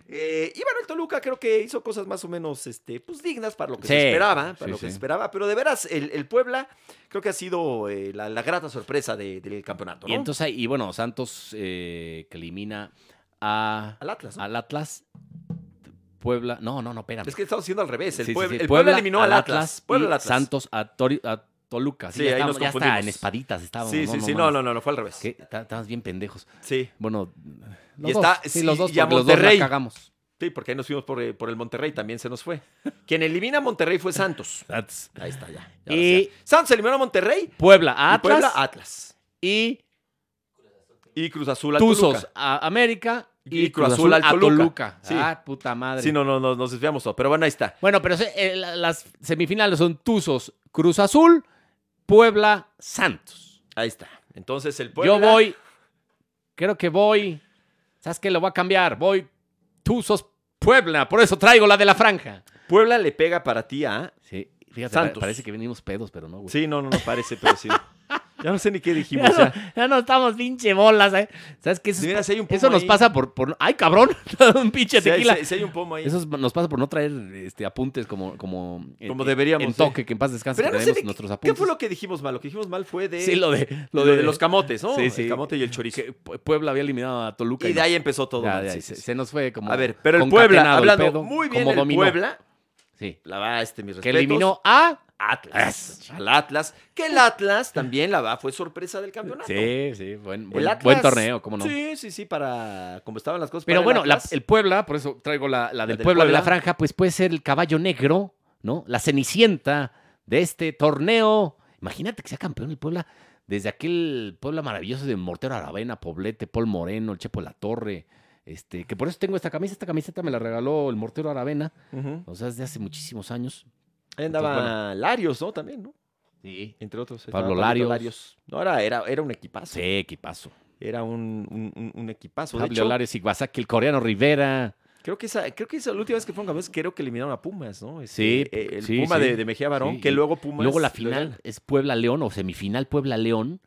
Eh, y bueno, el Toluca creo que hizo cosas más o menos este, pues, dignas para lo que Sí, se esperaba, para sí, lo que sí. se esperaba. Pero de veras, el, el Puebla creo que ha sido eh, la, la grata sorpresa de- del campeonato, ¿no? Y entonces ahí- y bueno, Santos eh, que elimina a Al Atlas, ¿no? al Atlas Puebla. No, no, no, espérame. Es que estamos haciendo al revés. El, Sí, sí, Puebla, sí. el Puebla eliminó al Atlas. Puebla y al Atlas. Santos a, Tori- a Toluca. Sí, Sí, ya, ahí estábamos- nos ya está confundimos. en espaditas. Estábamos, sí, sí, sí. No, mames. no, no, no, fue al revés. ¿Qué? Está- Estábamos bien pendejos. Sí, Bueno, los Y dos. está- sí, sí, los dos, y a porque los dos Monterrey. la cagamos. sí, porque ahí nos fuimos por, eh, por el Monterrey, también se nos fue. Quien elimina a Monterrey fue Santos. Ahí está, ya. ya Y- lo sé. Santos eliminó a Monterrey. Puebla a Y Puebla, Atlas Atlas. y Y Cruz Azul al Tuzos Toluca. a América Y y Cruz Cruz Azul Azul al a Toluca. Toluca. Sí. Ah, puta madre. Sí, no, no, no, nos desviamos todo. Pero bueno, ahí está. Bueno, pero se- eh, la- las semifinales son Tuzos, Cruz Azul, Puebla, Santos. Ahí está. Entonces el Puebla. Yo voy, creo que voy, ¿sabes qué? Lo voy a cambiar, voy Tuzos Puebla, por eso traigo la de la franja. Puebla le pega para ti a. Sí, fíjate, Santos. pa- parece que venimos pedos, pero no, güey. Sí, no, no, no parece, pero sí. Ya no sé ni qué (laughs) Ya dijimos. no, ya. ya no estamos pinche bolas, ¿eh? ¿Sabes qué? Eso, Si es- mira, si hay un pomo eso nos ahí. pasa por, por... ¡Ay, cabrón! (laughs) un pinche Si hay- tequila. si- si hay un pomo ahí. Eso es- nos pasa por no traer este, apuntes como, como, Como deberíamos, En sí. toque, que en paz descanse, Pero que ya no sé tenemos de qué- nuestros ¿Qué apuntes. fue lo que dijimos mal? Lo que dijimos mal fue de. Sí, lo de... lo de los camotes, ¿no? Sí, sí. El camote y el chorizo. que Pue- Puebla había eliminado a Toluca. Y de no- ahí empezó todo. Ya, mal, ya, sí, sí, se, sí. se nos fue como. A ver, pero el concatenado Puebla, hablando pedo, muy bien como el dominó. Puebla, Sí. la va este, mis Que respetos. eliminó a. Atlas. Al Atlas. Que el Atlas también la va, fue sorpresa del campeonato. Sí, sí, buen, buen- El Atlas- buen torneo, cómo no. Sí, sí, sí, para como estaban las cosas. para Pero el bueno, la- Atlas. el Puebla, por eso traigo la, la del, del Puebla, de la Puebla. Franja, pues puede ser el caballo negro, ¿no? La cenicienta de este torneo. Imagínate que sea campeón el Puebla desde aquel Puebla maravilloso de Mortero Aravena, Poblete, Paul Moreno, el Chepo de la Torre. Este, que por eso tengo esta camisa, esta camiseta me la regaló el Mortero Aravena, Ujú. o sea, desde hace muchísimos años. Ahí andaba Entonces, Larios, ¿no? También, ¿no? Sí. Entre otros. Pablo estaba Larios. No, era, era, era un equipazo. Sí, equipazo. Era un, un- un- un equipazo. De Pablo hecho, Lares Iguazaki, el coreano Rivera. creo que esa, creo que esa, la última vez que fueron campeones, creo que eliminaron a Pumas, ¿no? Este, Sí, eh, el sí, Puma sí. de, de Mejía Barón, Sí, que y luego Pumas. Luego la lo- final es Puebla-León o semifinal Puebla-León.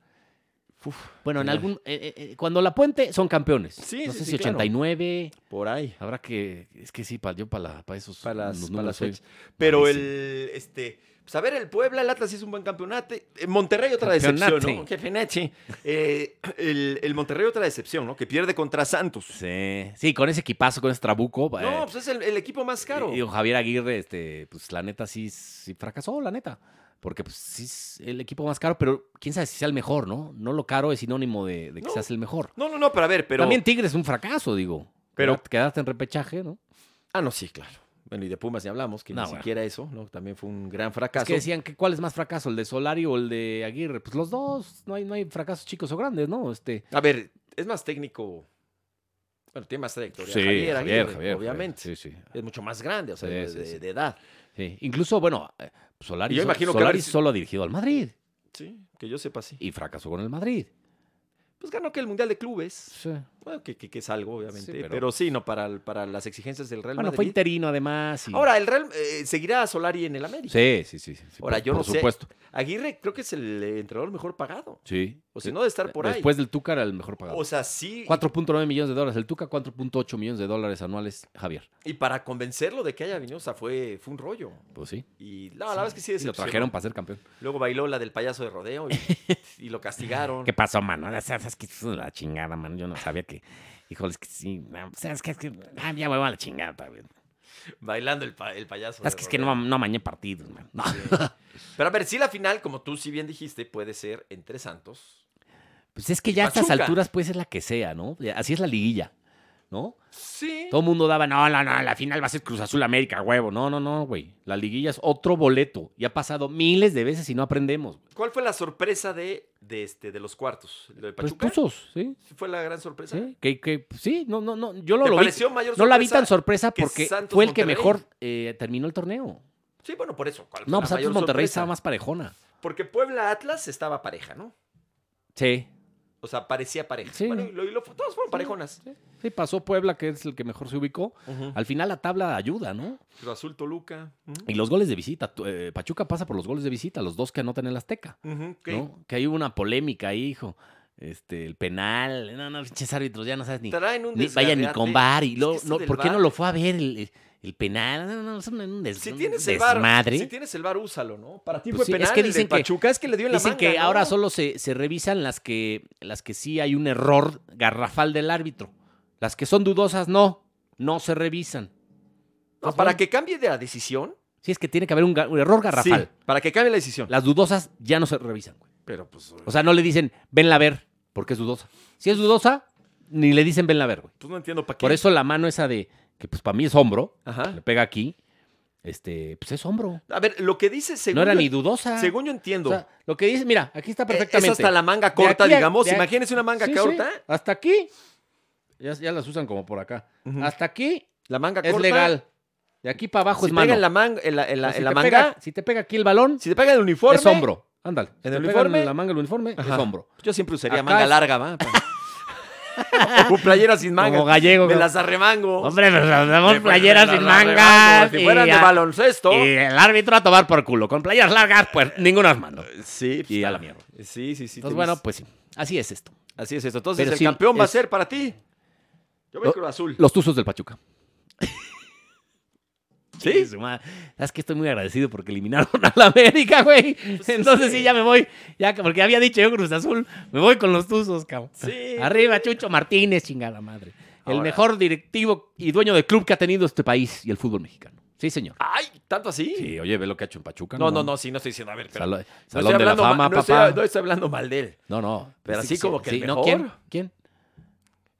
Uf, Bueno, en Ya. algún eh, eh, eh, cuando la puente son campeones. Sí, no sí, sé sí, si claro. 89, por ahí. habrá que es que sí, para yo para la- para esos Para las, los para las números soy- fechas. Pero el, este, pues a ver, el Puebla, el Atlas sí es un buen campeonato. Monterrey otra decepción, ¿no? Campeonate. Campeonate. Eh, el, el Monterrey otra decepción, ¿no? Que pierde contra Santos. Sí, sí, con ese equipazo, con ese trabuco. No, eh, pues es el, el equipo más caro. Y, y Javier Aguirre, este, pues la neta sí, sí fracasó, la neta. Porque pues sí es el equipo más caro, pero quién sabe si sea el mejor, ¿no? No lo caro es sinónimo de, de que No. seas el mejor. No, no, no, pero a ver, pero. También Tigres es un fracaso, digo. Pero- Quedarte- quedarte en repechaje, ¿no? Ah, no, sí, claro. Bueno, y de Pumas ni hablamos, que No, ni bueno. siquiera eso, ¿no? También fue un gran Es fracaso. que decían que cuál es más fracaso, el de Solari o el de Aguirre. Pues los dos, no hay, no hay fracasos chicos o grandes, ¿no? Este, A ver, es más técnico. Bueno, tiene más trayectoria. Javier, Aguirre, obviamente. sí, sí. Es mucho más grande, o sea, Sí, de, sí, de- sí. de edad. Sí, Incluso, bueno, eh, Solari, Y yo so- imagino que Solari haber sido- solo ha dirigido al Madrid Sí, que yo sepa, sí. y fracasó con el Madrid. Pues ganó que el Mundial de Clubes. Sí. Bueno, Pues, que, que- que es algo, obviamente. Sí, pero- pero... sí, no, para, el- para las exigencias del Real Bueno, fue Madrid. interino además. y- Ahora, el Real eh, seguirá a Solari en el América. sí, sí, sí. sí, Ahora, por, yo no por sé. supuesto. Aguirre creo que es el eh, entrenador mejor pagado. Sí. O si no, de estar por Después del Tuca era el mejor ahí. pagado. O sea, sí. 4.9 millones de dólares el Tuca, 4.8 millones de dólares anuales Javier. Y para convencerlo de que haya venido, o sea, fue, fue un rollo. Pues sí. Y no, la verdad es que sí Y lo decepcionó. trajeron para ser campeón. Luego bailó la del payaso de rodeo (laughs) y, y lo castigaron. ¿Qué pasó, mano? O sea, Sabes que es la chingada, mano. Yo no sabía que. Híjole, es que sí. no, Sabes que es que. ah, ya me voy a la chingada también. Bailando el, pa- el payaso. Sabes de que es que rodeo. no, no mañé partidos, man. No. Pero a ver, sí, la final, como tú sí bien dijiste, puede ser entre Santos. Pues es que Y ya a estas Pachuca. alturas puede ser la que sea, ¿no? Ya, Así es la liguilla, ¿no? Sí. Todo el mundo daba, no, no, no, la final va a ser Cruz Azul América, huevo. No, no, no, güey. La liguilla es otro boleto. Y ha pasado miles de veces y no aprendemos. güey. ¿Cuál fue la sorpresa de, de, este, de los cuartos? ¿Lo de Pues Pachuca? pusos, ¿sí? ¿Sí ¿Fue la gran sorpresa? Sí, que, que, sí, no, no, no. Yo no ¿Te lo vi. pareció mayor No la vi sorpresa? tan sorpresa que porque Santos fue el que Monterrey? mejor eh, terminó el torneo. Sí, bueno, por eso. ¿Cuál fue No, la pues antes mayor Monterrey sorpresa? estaba más parejona. Porque Puebla-Atlas estaba pareja, ¿no? Sí. O sea, parecía pareja. Sí. Bueno, y lo- y lo- todos fueron parejonas. Sí, pasó Puebla, que es el que mejor se ubicó. Ujú. Al final la tabla ayuda, ¿no? Cruz Azul, Toluca. Ujú. Y los goles de visita. tu- eh, Pachuca pasa por los goles de visita, los dos que anotan en la Azteca. Ujú, ok. ¿no? Que hay una polémica ahí, hijo. Este, el penal. No, no, pinches árbitros, ya no sabes ni. Traen un ni- vaya ni desgarreate. con VAR. Y Es luego, que esto no, del ¿Por qué no VAR, lo fue a ver el, el penal? No, no, es un, un des- Si un tienes el bar, desmadre. si tienes el bar, úsalo, ¿no? Para ti Pues fue sí, es penal que el de dicen que- Pachuca, es que le dio en la Dicen manga, que ¿no? ahora solo se, se revisan las que, las que sí hay un error garrafal del árbitro. Las que son dudosas, no. No se revisan. No, para que cambie de la decisión. Si es que tiene que haber un, ga- un error garrafal. sí, para que cambie la decisión. Las dudosas ya no se revisan. güey. Pero pues, eh, O sea, no le dicen, venla a ver, porque es dudosa. Si es dudosa, ni le dicen, venla a ver, güey. pues no entiendo para qué. Ah. Por eso la mano esa de, que pues para mí es hombro, le Ajá. pega aquí, este, pues es hombro. A ver, lo que dice según no era yo- ni dudosa. Según yo O entiendo. sea, lo que dice, mira, aquí está perfectamente. Eh, Es hasta la manga corta, aquí a- digamos. de aquí- Imagínense una manga ¿eh? Sí, sí, corta. Hasta aquí. Ya, ya las usan como por acá. Ujú. Hasta aquí La manga es corta. legal. De aquí para abajo Si es pega mano. en la, manga, en la, en la- O sea, si en la te manga, pega- si te pega aquí el balón, si te pega en el uniforme, es hombro. Ándale. Si el te pega uniforme- la manga el uniforme, Ajá. es hombro. Yo siempre usaría Acá manga es- larga, (laughs) ¿va? (laughs) o playera sin manga. Como gallego. Me como- las arremango. Hombre, pues, pero damos Me- playeras me las sin arremango. mangas. Si fueran y, de a- baloncesto. y el árbitro a tomar por culo. Con playeras largas, pues ninguna es mano. Sí, pues, Y a está. la mierda. Sí, sí, sí. Entonces, tienes- bueno, pues sí. Así es esto. así es esto. Entonces, pero el sí, campeón va a es- Oh. ser para ti. Yo voy Lo- Cruz Azul. Los tuzos del Pachuca. (laughs) ¿Sí? su madre. Sabes que estoy muy agradecido porque eliminaron (laughs) a la América, güey. Pues Entonces sí, ya me voy. Ya, que- porque había dicho yo Cruz Azul, me voy con los tuzos, cabrón. Sí. Arriba, Chucho Martínez, chingada madre. El Ahora- mejor directivo y dueño de club que ha tenido este país y el fútbol mexicano. Sí, señor. ¡Ay! ¿Tanto así? Sí, oye, ve lo que ha hecho en Pachuca. No, no, no, sí, no estoy diciendo. A ver, pero. Salo- no, Salón estoy de la hablando fama, ma- no papá. estoy- no estoy hablando mal de él. No, no. Pero Sí, así sí, como sí. que el Sí, mejor. ¿Quién? ¿Quién?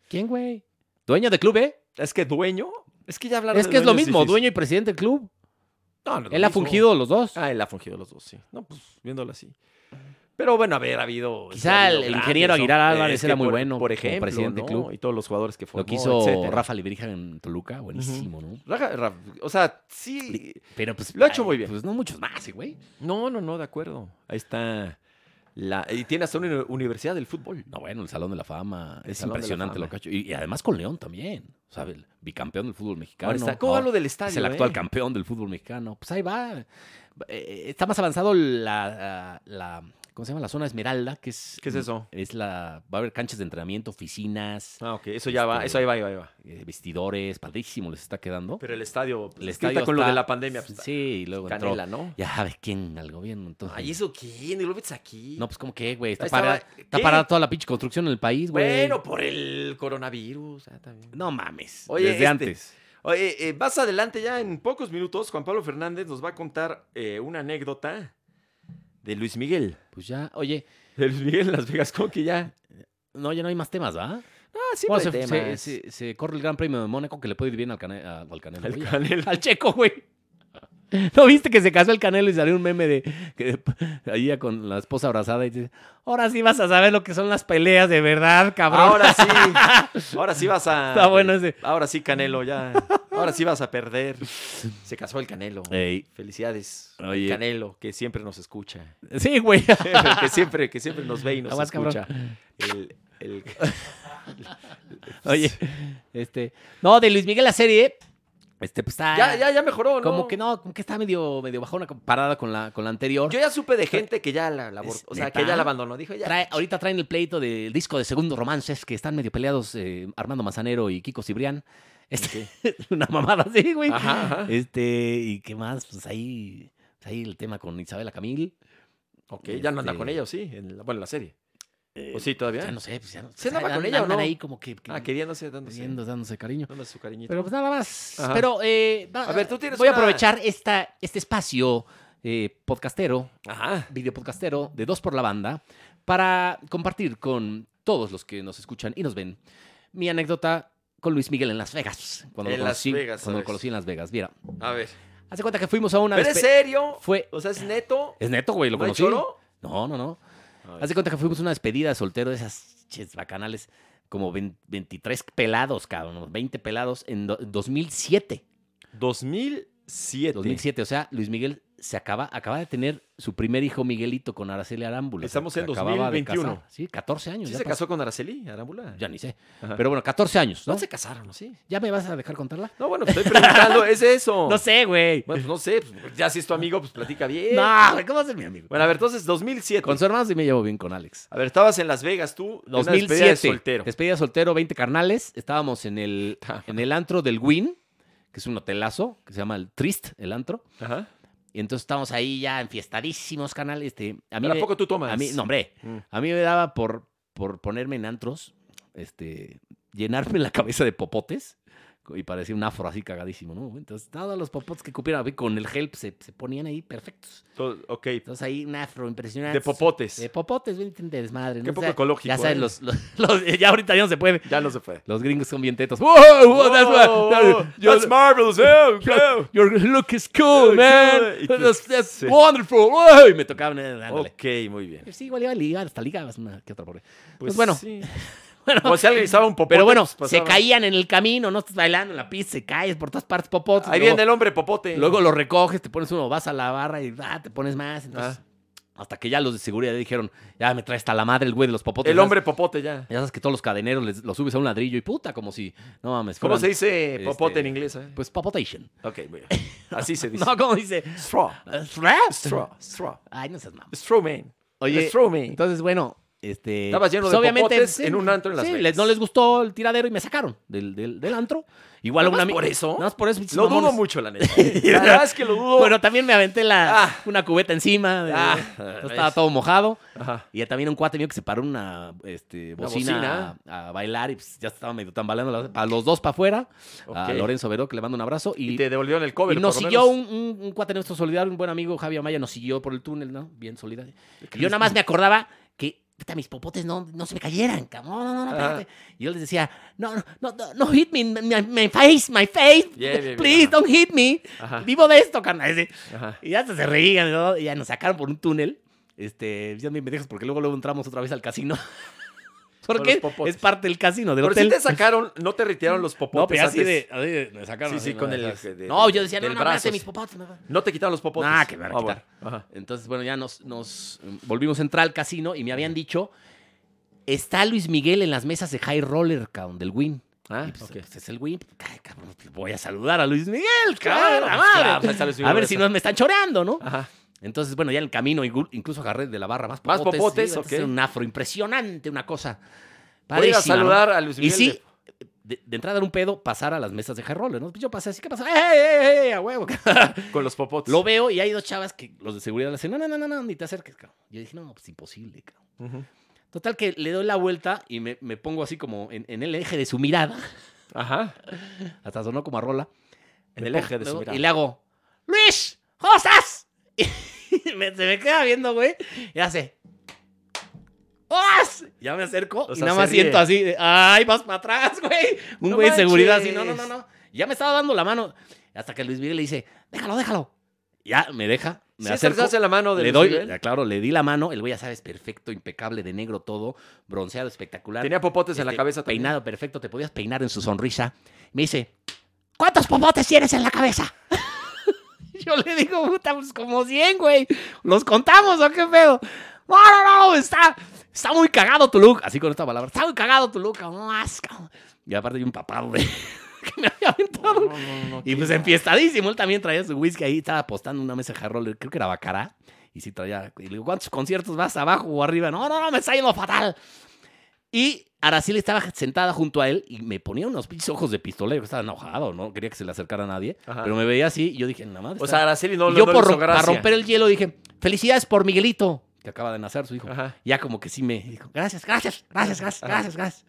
¿Quién, güey? ¿Dueño de club, eh? Es que dueño. Es que ya hablaron Es de que es lo dueño mismo, difícil. dueño y presidente del club. No, no es lo Él ha mismo. fungido los dos. Ah, él ha fungido los dos, sí. No, pues viéndolo así. Pero bueno, a ver, ha habido. Quizá ha el- habido el grandes, ingeniero ¿no? Aguilar Álvarez que era muy por- bueno Por como ejemplo, presidente del ¿no? club. Y todos los jugadores que formó. lo que hizo etcétera. Rafa Librija en Toluca, buenísimo, ¿no? Rafa- Rafa- O sea, sí. Pero pues. Lo ha hecho ay, muy bien. Pues no muchos más, eh, güey. No, no, no, de acuerdo. Ahí está. La, y tiene hasta una uni- universidad del fútbol. No, bueno, el Salón de la Fama. El es Salón de la impresionante Fama. lo que ha hecho. Y, y además con León también. ¿Sabes? El bicampeón del fútbol mexicano. Ahora está. ¿Cómo va Ahora lo del estadio? Oh, es el actual eh? campeón del fútbol mexicano. Pues ahí va. Eh, está más avanzado la, la- ¿Cómo se llama? La zona Esmeralda, que es. ¿Qué es eso? Es la. Va a haber canchas de entrenamiento, oficinas, Ah, ok. Eso ya va, Este- eso ahí va, ahí va, ahí va. eh, vestidores. Padrísimo les está quedando. Pero el estadio, El es que ahorita estadio pues, con lo está- de la pandemia, pues, Sí, y luego entró. canela, ¿no? Ya sabes quién al gobierno. Entonces, Ay, ¿eso quién? ¿Y lo ves aquí? No, pues como que, güey. Está, Ahí estaba- parada, está ¿Qué? parada toda la pinche construcción en el país, güey. bueno, por el coronavirus. ah, también. No mames. Oye, desde este- antes. Oye, eh, más adelante, ya en pocos minutos, Juan Pablo Fernández nos va a contar eh, una anécdota de Luis Miguel. Pues ya, oye. De Luis Miguel en Las Vegas, como que ya. No, ya no hay más temas, ¿va? Ah, sí, Bueno, hay se, se- temas. se- se corre el Gran Premio de Mónaco que le puede ir bien al, cane- a- al Canelo. El Oye, Canelo. (laughs) al Checo, güey. ¿No viste que se casó el Canelo y salió un meme de, que de- ahí ya con la esposa abrazada y dice, ahora sí vas a saber lo que son las peleas de verdad, cabrón. Ahora (laughs) sí. Ahora sí vas a. Está bueno ese. Ahora sí, Canelo, ya. Ahora sí vas a perder. Se casó el Canelo. Ey, Felicidades. el Eh. Oye. Canelo, que siempre nos escucha. sí, güey. (laughs) Siempre, (laughs) que, siempre, que siempre nos ve y nos Aguas, cabrón. escucha. El, el- (laughs) Oye, este, no, de Luis Miguel la serie, este, pues está, Ya, ya, ya mejoró, ¿no? como que no, como que está medio, medio bajona comparada con la, con la anterior. Yo ya supe de gente que ya la, la abor- Es o sea, neta. que ya la abandonó. Dijo, ya. Trae- ahorita traen el pleito del disco de Segundo Romances, que están medio peleados eh, Armando Manzanero y Kiko Cibrián. Este, (laughs) una mamada así, güey. Ajá, ajá. Este, y qué más, pues ahí, pues, ahí el tema con Isabela Camil. Ok, ya no anda este- Eh, con ella, ¿o sí? En la- bueno, en la serie. ¿O sí todavía? Ya no sé, pues ya no ¿Se andaba andan- con ella o andan no? ahí como que, que Ah, queriéndose, dándose, viendo, dándose cariño. dándose su cariñito. Pero pues nada más. Ajá. Pero, eh, va- A ver, tú tienes Voy a una- aprovechar esta, este espacio eh, podcastero Ajá. videopodcastero de Dos por la Banda para compartir con todos los que nos escuchan y nos ven mi anécdota con Luis Miguel en Las Vegas. Cuando En lo Las conocí, Vegas, cuando lo ¿sabes? conocí en Las Vegas. Mira, A ver. hace cuenta que fuimos a una... ¿Pero es despe- serio? Fue... O sea, es neto. Es neto, güey, lo ¿No hay conocí. choro? No, no, no. Hace cuenta que fuimos a una despedida de soltero de esas ches, bacanales, como 20 23 pelados, cabrón, 20 pelados en do- 2007. 2007. 2007, o sea, Luis Miguel se acaba, acaba de tener su primer hijo Miguelito con Araceli Arámbula. Estamos Se en acababa de 2021. casar. Sí, 14 años. ¿Sí ya se pasó. casó con Araceli Arámbula? Ya ni sé. Ajá. Pero bueno, 14 años, ¿no? ¿No se casaron, sí? ¿Ya me vas a dejar contarla? No, bueno, pues estoy (laughs) preguntando, es eso. No sé, güey. Bueno, pues no sé, pues, ya si es tu amigo, pues platica bien. No, güey, ¿cómo va a ser mi amigo? Bueno, a ver, entonces 2007. Con su hermano sí me llevo bien con Alex. A ver, estabas en Las Vegas tú, en una despedida 2007. de soltero. Ah. Despedida de soltero, 20 carnales. Estábamos en el, en el antro del Win, que es un hotelazo, que se llama el Trist, el antro. Ajá. Y entonces estábamos ahí ya enfiestadísimos, canal. Este, a mí Pero ¿a me- poco tú tomas? a mí, no, hombre, Mm. A mí me daba por, por ponerme en antros, este, llenarme la cabeza de popotes y parecía un afro así cagadísimo, ¿no? Entonces, todos los popotes que cupieran güey, con el help se, se ponían ahí perfectos. To- Ok, Entonces, ahí un afro impresionante. de popotes. De popotes, güey, de desmadre. ¿no? Qué O poco sea, ecológico, Ya sabes, ¿eh? los, los- los- (laughs) ya ahorita ya no se puede. Ya no se fue. Oh, Los gringos son bien tetos. ¡Wow! wow, Oh, that's what- That's, yo- marvelous. Oh, yo- wow. Your look is cool, Cool, man. cool. eh, That's, that's Sí. Oh. wonderful. wow. Y me tocaban. eh, Ándale. Ok, muy bien. Sí, igual iba a ligar, hasta ligabas una que otra por ahí. Pues Pues (laughs) bueno. sí. O sea, alguien estaba un popote. Pero bueno, pues, se pasaba. caían en el camino, no estás bailando en la pista, se caes por todas partes, popotes. Ahí luego, viene el hombre popote. luego lo recoges, te pones uno, vas a la barra y ah, te pones más. Entonces, Ah. Hasta que ya los de seguridad dijeron, ya me trae hasta la madre el güey de los popotes. el Ya hombre popote ya. sabes- Ya sabes que todos los cadeneros les- los subes a un ladrillo y puta, como si, no mames. ¿Cómo fueran- se dice este, popote en inglés? eh? Pues popotation. Ok, muy (laughs) bien. Así se dice. No, ¿cómo dice? Straw. Eh, Straw. Straw. Straw. Ay, no seas mamá. Straw man. Oye, Straw man. entonces, bueno, Este, Estabas lleno de popotes en un antro en Las sí, Vegas. les- no les gustó el tiradero y me sacaron del, del, del antro. Igual ¿Nada una más ami- por eso? Nada más por eso. pinches Lo dudo mamones. (laughs) mucho, la neta. La verdad es que lo dudo. Bueno, también me aventé la, Ah. una cubeta encima. de- Ah, entonces ves. estaba todo mojado. Ajá. Y ya también un cuate mío que se paró una este, bocina, A, a bailar y pues, ya estaba medio tambaleando. la- A los dos para afuera. A Ok. Lorenzo Veró, que le mando un abrazo. Y, Y te devolvieron el cover. ah, y nos por lo siguió menos. un, un, un cuate nuestro solidario, un buen amigo, Javier Amaya, nos siguió por el túnel, ¿no? Bien solidario. Qué Y yo nada más me acordaba que puta, mis popotes no, no se me cayeran, cabrón. No, no, no, Ajá. espérate. Y yo les decía, no, no, no, no, no hit me, my, my face, my face. Yeah, yeah, yeah, Please, ajá. Ah. don't hit me. Ajá. Vivo de esto, carnal. Ese- Ajá. Y ya hasta se reían, ¿no? Y ya nos sacaron por un túnel. Este, ya me dejas porque luego luego entramos otra vez al casino. (laughs) Con porque los popotes. es parte del casino, del Pero hotel. sí te sacaron, no te retiraron los popotes. (laughs) no, pero ya así antes. de, así de- me sacaron. Sí, sí, así, con ¿no? el- Así. de- no, yo decía, no, del no, espérate, brazo, mis sí. popotes. me- No te quitaron los popotes. Nah, que me van a Ah, bueno. quitar. Ajá. Entonces, bueno, ya nos, nos mm, volvimos a entrar al casino y me habían dicho, está Luis Miguel en las mesas de High Roller, cabrón, del Win. Ah, Y pues, ok. pues, es el Win. Ay, cabrón, pues, voy a saludar a Luis Miguel, Claro, cabrón. la pues, madre. claro, pues, ahí está Luis a Miguel, ver si esa. no me están choreando, ¿no? Ajá. Entonces, bueno, ya en el camino ingu- incluso agarré de la barra más Más popotes. popotes, sí, ok. entonces, Un afro impresionante, una cosa. Voy a ir Padrísima, a saludar a Luis ¿no? Y Miguel. sí, de, de entrada era un pedo pasar a las mesas de high roller, ¿no? Pues yo pasé así, ¿qué pasa? ¡Eh, eh, eh! ¡A huevo! (laughs) de- con los popotes. Lo veo y hay dos chavas que los de seguridad le dicen, no, no, no, no, no, ni te acerques, cabrón. Yo dije, no, pues imposible, cabrón. Ujú. Total que le doy la vuelta y me, me pongo así como en, en el eje de su mirada. (laughs) Ajá. Hasta sonó como a rola. En Me el pongo- eje de me su voy mirada. Y le hago, ¡Luis! ¿Cómo estás? (laughs) Y me- se me queda viendo, güey. Y hace... ¡Os! Ya me acerco O y sea, nada se más ríe. siento así, de, ¡ay, vas para atrás, güey! Un No güey de seguridad así, manches. no, no, no, no. Ya me estaba dando la mano. Hasta que Luis Miguel le dice, déjalo, déjalo. Ya me deja, me Sí, acerco. acercarse la mano de Le Luis doy, Miguel. ya, claro, le di la mano. El güey, ya sabes, perfecto, impecable, de negro todo, bronceado, espectacular. Tenía popotes en la Este, cabeza también. Peinado perfecto, te podías peinar en su sonrisa. Me dice, ¿cuántos popotes tienes en la cabeza? (laughs) Yo le digo, puta, pues como 100, güey. ¿Los contamos o qué pedo? No, no, no, está, está muy cagado tu look. Así con esta palabra. Está muy cagado tu look, cabrón, as, cabrón. Y aparte hay un papado de... (laughs) que me había aventado. No, no, no, Y qué pues mal. enfiestadísimo, él también traía su whisky ahí, estaba apostando en una mesa de hard roller, creo que era Bacará, y sí traía, y le digo, ¿cuántos conciertos vas abajo o arriba? No, no, no, me está yendo fatal. Y Araceli estaba sentada junto a él y me ponía unos pinches ojos de pistolero, estaba enojado, no quería que se le acercara a nadie, Ajá. pero me veía así y yo dije, nada más. O sea, Araceli no, y no, yo no le por hizo rom- para gracia. romper el hielo dije, felicidades por Miguelito, que acaba de nacer su hijo Ajá. ya como que sí me dijo, gracias, gracias, gracias, gracias, gracias, gracias.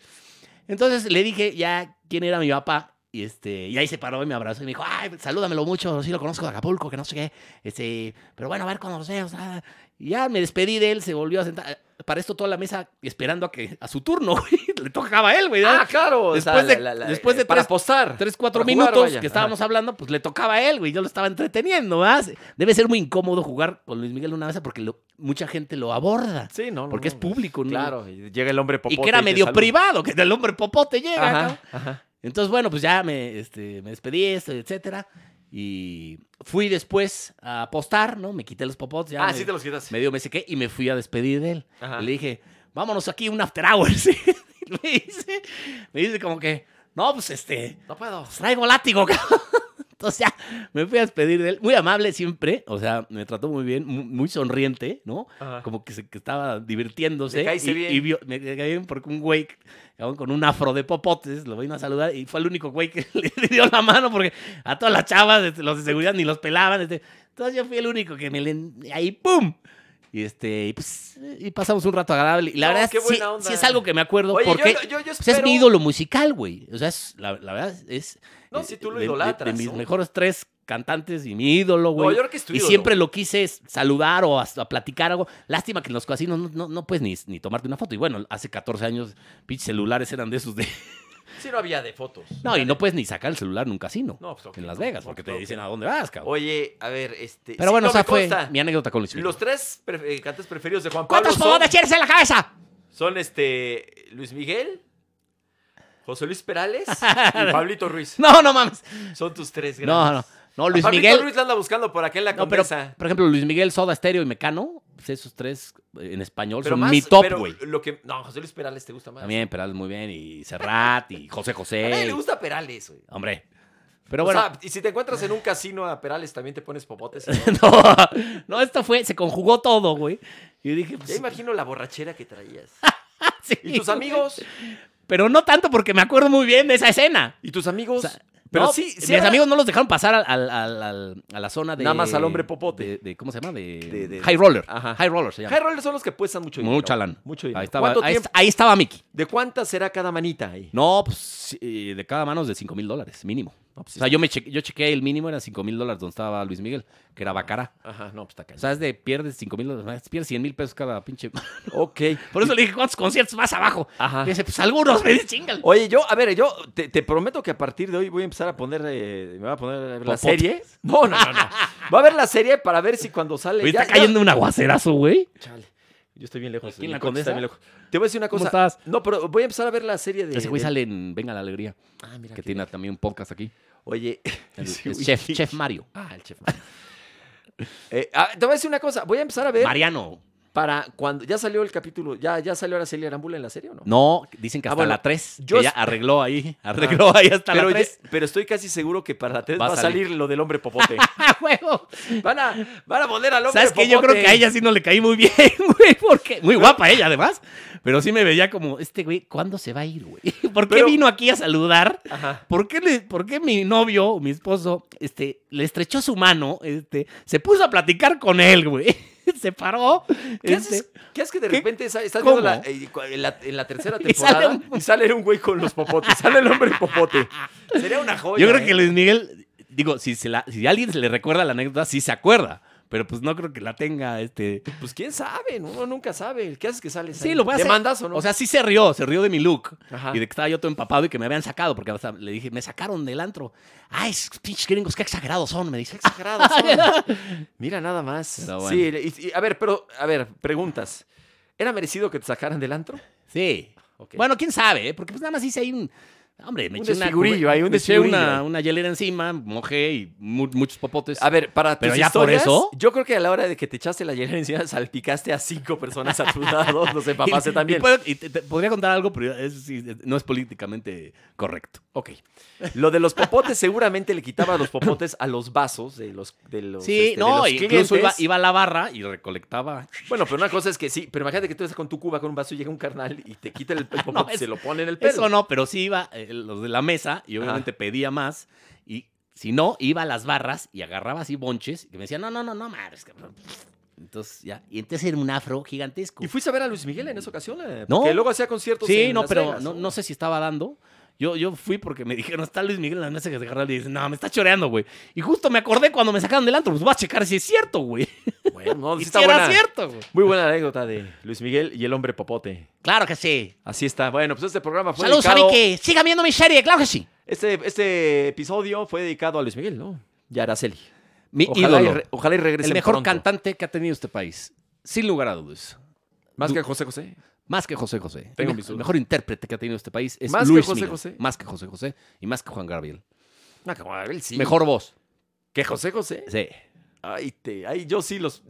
Entonces le dije ya quién era mi papá y este y ahí se paró y me abrazó y me dijo, ay, salúdamelo mucho, sí lo conozco de Acapulco, que no sé qué, este, pero bueno, a ver cuando los veo. o sea". ah". Y ya me despedí de él, se volvió a sentar. Para esto toda la mesa esperando a que a su turno, (laughs) güey, le tocaba a él, güey. Ah, claro. o sea, Después de- la- la- la- después de para tres- apostar. Tres, cuatro para jugar, minutos vaya. que estábamos hablando, pues le tocaba a él, güey. Yo lo estaba entreteniendo, más Debe ser muy incómodo jugar con Luis Miguel una mesa porque lo- mucha gente lo aborda. Sí, no, no, Porque es no. público, ¿no? Claro. y llega el hombre popote. y que era te medio saluda. privado, que el hombre popote llega. Ajá, cabrón. ajá. Entonces, bueno, pues ya me, este, me despedí, esto, etcétera. Y fui después a apostar, ¿no? Me quité los popotes. Ya Ah, me, sí te los quitas. Medio me sequé y me fui a despedir de él. Ajá. Y le dije, vámonos aquí un after hours. (laughs) Y me dice, me dice como que, no, pues este, No puedo. pues traigo látigo, (laughs) cabrón. Entonces ya me fui a despedir de él. Muy amable siempre, o sea, me trató muy bien, mu- muy sonriente, ¿no? Ajá. como que, se, que estaba divirtiéndose. Le caíse y, bien. y vio- me caí bien porque un güey cabrón, con un afro de popotes lo vino a saludar y fue el único güey que (laughs) le dio la mano porque a todas las chavas, este, los de seguridad ni los pelaban. este. Entonces yo fui el único que me le... Ahí, ¡pum! Y, este, y, pues, y pasamos un rato agradable. Y la No, verdad, qué sí, buena onda. sí es algo que me acuerdo Oye, porque yo, yo, yo pues, es espero- mi ídolo musical, güey. O sea, es- la, la verdad es... No, eh, si tú lo de- de- idolatras, De, mis ¿no? mejores tres cantantes y mi ídolo, No, güey. yo creo que es tu Y ídolo. siempre lo quise es saludar o hasta platicar algo. Lástima que en los casinos no, no, no puedes ni, ni tomarte una foto. Y bueno, hace 14 años, pinches celulares eran de (laughs) esos de. Sí, no había de fotos. No, y no puedes ni sacar el celular en un casino. No, pues, ok, en Las no, Vegas, no, porque no, te dicen ok. a dónde vas, cabrón. Oye, a ver, este. Pero sí, bueno, no o sea, me fue consta. mi anécdota con Luis Miguel. Los tres pre- eh, cantantes preferidos de Juan Pablo ¿Cuántos son, popotes tienes en la cabeza? son, este Luis Miguel, José Luis (laughs) Perales y Pablito Ruiz. No, no mames. Son tus tres grandes. No, no. No, A Luis Pablito Miguel. Ruiz la anda buscando por aquel la No, pero, condesa. por ejemplo, Luis Miguel, Soda Stereo y Mecano, pues esos tres eh, en español Pero son más- mi top, pero güey. lo que no, José Luis Perales te gusta más. También Perales muy bien, y Serrat, y (laughs) José A nadie José. le gusta Perales, güey. Hombre. Pero O bueno. sea, y si te encuentras en un (laughs) casino a Perales también te pones popotes. ¿no? No, no, esto fue, se conjugó todo, güey. Y dije, pues, Ya imagino la borrachera que traías. (laughs) sí, Y tus güey. amigos. Pero no tanto porque me acuerdo muy bien de esa escena. Y tus amigos. O sea, pero no, sí, sí mis habrá- amigos no los dejaron pasar al- al- al- al- a la zona de. Nada más al hombre popote. De, de- ¿Cómo se llama? De, De- de- High Roller. Ajá. High Roller se llama. High rollers son los que puestan mucho dinero. Mucha lana. Mucho dinero. Ahí estaba, ¿Cuánto ahí, tiempo- est- ahí estaba Mickey. ¿De cuántas será cada manita ahí? No, pues eh, de cada mano es de 5 mil dólares, mínimo. No, pues, O sea, yo, me cheque- yo chequeé el mínimo, era 5 mil dólares donde estaba Luis Miguel, que era Bacara. Ajá, no, pues está O (laughs) cañón. sea, es de pierdes 5 mil dólares, pierdes 100 mil pesos cada pinche. Ok. Por eso le dije, ¿cuántos conciertos más abajo? Ajá. Y dice, pues algunos, me dice, chingal. Oye, yo, a ver, yo te, te prometo que a partir de hoy voy a empezar a poner, eh, me voy a poner a ver la Popotes. serie. No, no, (laughs) no, no. Voy a ver la serie para ver si cuando sale. Oye, ya- está cayendo un aguacerazo, güey. ya- Chale, yo estoy bien lejos. ¿Aquí en mi la coche está Condesa? bien lejos. Te voy a decir una ¿Cómo cosa. estás? No, pero voy a empezar a ver la serie de. Ese güey de- sale en Venga la Alegría, Ah, mira. que qué bien. tiene también un podcast aquí. Oye, (laughs) (laughs) El- ese el güey- chef, chef Mario. Ah, el chef. (laughs) Eh, ah, te voy a decir una cosa. Voy a empezar a ver Mariano. para cuando. Ya salió el capítulo. ¿Ya, ya salió Araceli Arambula en la serie o no? No, dicen que Ah, hasta bueno, la 3. yo que ya es- Ah. arregló ahí. Arregló ahí hasta Pero, la ya- 3. pero estoy casi seguro que para la 3 Va va, a a salir lo del hombre popote. (laughs) ¡Ah, huevo! Van a, van a poner al hombre ¿Sabes qué? Yo creo popote. que a ella sí no le caí muy (laughs) bien, güey. Porque muy guapa ella, además. Pero sí me veía como, este güey, ¿cuándo se va a ir, güey? (laughs) ¿Por qué Pero- vino aquí a saludar? Ajá. ¿Por qué, le- por qué mi novio, o mi esposo, este, le estrechó su mano, este, se puso a platicar con él, güey? (laughs) Se paró. ¿Qué este, haces, qué haces que de ¿Qué? repente sa- estás ¿Cómo? viendo la, eh, cu- en, la, en la tercera (laughs) Y sale temporada y sale un güey con los popotes? Sale el hombre popote. Sería una joya. Yo creo ¿eh? que Luis Miguel, digo, si, se la- si alguien se le recuerda la anécdota, sí se acuerda. Pero pues no creo que la tenga, este... Pues quién sabe, ¿no? uno nunca sabe. ¿Qué haces que sales? Sí, ahí? lo voy a ¿Te hacer. mandas o no? O sea, sí se rió, se rió de mi look. Ajá. Y de que estaba yo todo empapado y que me habían sacado, porque hasta le dije, me sacaron del antro. Ay, esos pinches gringos, qué exagerados son, Qué me dice. (laughs) exagerados son. Mira nada más. Pero bueno. Sí, y- y- a ver, pero, a ver, preguntas. ¿Era merecido que te sacaran del antro? Sí. Ok. Bueno, quién sabe, ¿eh? porque pues nada más hice ahí un... Hombre, me Un eché una... desfigurillo ahí, un me eché una, desfigurillo. una hielera encima, mojé y mu- muchos popotes. A ver, para pues, Pero tus ya por historias, eso. yo creo que a la hora de que te echaste la hielera encima salpicaste a cinco personas a tus lados, (laughs) no sé, papás Y- también. Y, puedo- y te- te podría contar algo, pero es- sí, no es políticamente correcto. ok. Lo de los popotes seguramente le quitaba los popotes a los vasos de los de los Sí, este, de no, los incluso iba, clientes. iba a la barra y recolectaba. Bueno, pero una cosa es que sí, pero imagínate que tú estás con tu cuba con un vaso y llega un carnal y te quita el, (laughs) el popote y es- se lo pone en el pelo. Eso no, pero sí iba eh, los de la mesa y obviamente pedía más. Y si no, iba a las barras y agarraba así bonches y me decía, no, no, no, no, madres. cabrón". Entonces ya, y entonces era un afro gigantesco. ¿Y fuiste a ver a Luis Miguel en esa ocasión? eh? No. Porque luego hacía conciertos Sí, pues, en no, Las pero Vegas, no, no sé si estaba dando. Yo, yo fui porque me (laughs) dijeron, está Luis Miguel en la mesa que se agarra y dice, no, me está choreando, güey. Y justo me acordé cuando me sacaron del antro, pues voy a checar si es cierto, güey. Bueno, (laughs) no, (laughs) sí Y si está era buena. cierto, güey. Muy buena anécdota de Luis Miguel y el hombre popote. Claro que sí. Así está. Bueno, pues este programa fue Saludos a dedicado... Vicky. Siga viendo mi serie, claro que sí. Este, este episodio fue dedicado a Luis Miguel, ¿no? Y a Araceli. Mi Ojalá y, ídolo. re- ojalá y regresen el mejor pronto. cantante que ha tenido este país. Sin lugar a dudas. Más Du- que José José. Más que José José. Tengo el, me- mis dudas. el mejor intérprete que ha tenido este país es Más que Luis José Miguel. José. Más que José José y más que Juan Gabriel. No, como Abel sí. Mejor voz. que José José. Sí. Ay, te, ay, yo sí los.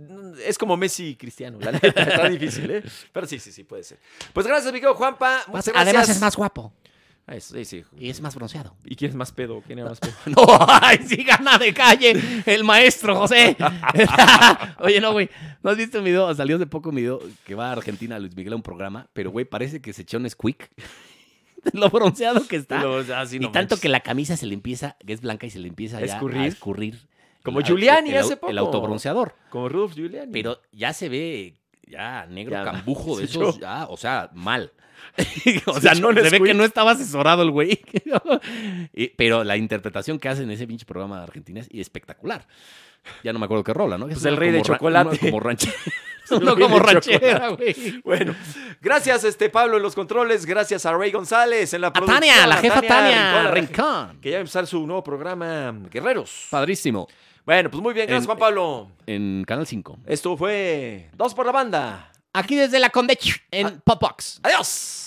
Es como Messi y Cristiano. La neta, (laughs) está difícil, ¿eh? Pero sí, sí, sí, puede ser. Pues gracias, mi querido Juanpa. Muchas gracias. Además es más guapo Ah, eso, sí, sí. y es más bronceado. ¿Y quién es más pedo? ¿Quién era más pedo? No, ay, sí gana de calle el maestro José. (laughs) Oye, no, güey, ¿no has visto un video? Salió hace poco un video que va a Argentina Luis Miguel a un programa, pero, güey, parece que se echó un squeak. (laughs) De lo bronceado que (laughs) está. Pero, ah, sí, y no tanto manches. que la camisa se le empieza, que es blanca y se le empieza ¿A ya escurrir? a escurrir. Como El- Giuliani el au- hace El poco. autobronceador. Como Rudolf Giuliani. Pero ya se ve ya negro Mm. Ya, (laughs) cambujo de sí, yo. esos, ya, o sea, mal. (laughs) o (laughs) sea, Sí, no, yo se ve que Nesquik. no estaba asesorado el güey. (laughs) Y- Pero la interpretación que hace en ese pinche programa de Argentina es espectacular. Ya no me acuerdo qué rola, ¿no? Es Pues una el rey como de ra- chocolate. una (laughs) como (laughs) ranchera. El no rey como de (laughs) ranchera, güey. Bueno, gracias este Pablo en los controles, gracias a Ray González en la A producción. Tania, la jefa Tania Rincón, la jefa- Rincón. Que ya va a empezar su nuevo programa, Guerreros. Padrísimo. Bueno, pues muy bien, gracias En- Juan Pablo. En Canal 5. Esto fue Dos por la Banda. Ah. Aquí desde la Condech, en Popbox. Adiós.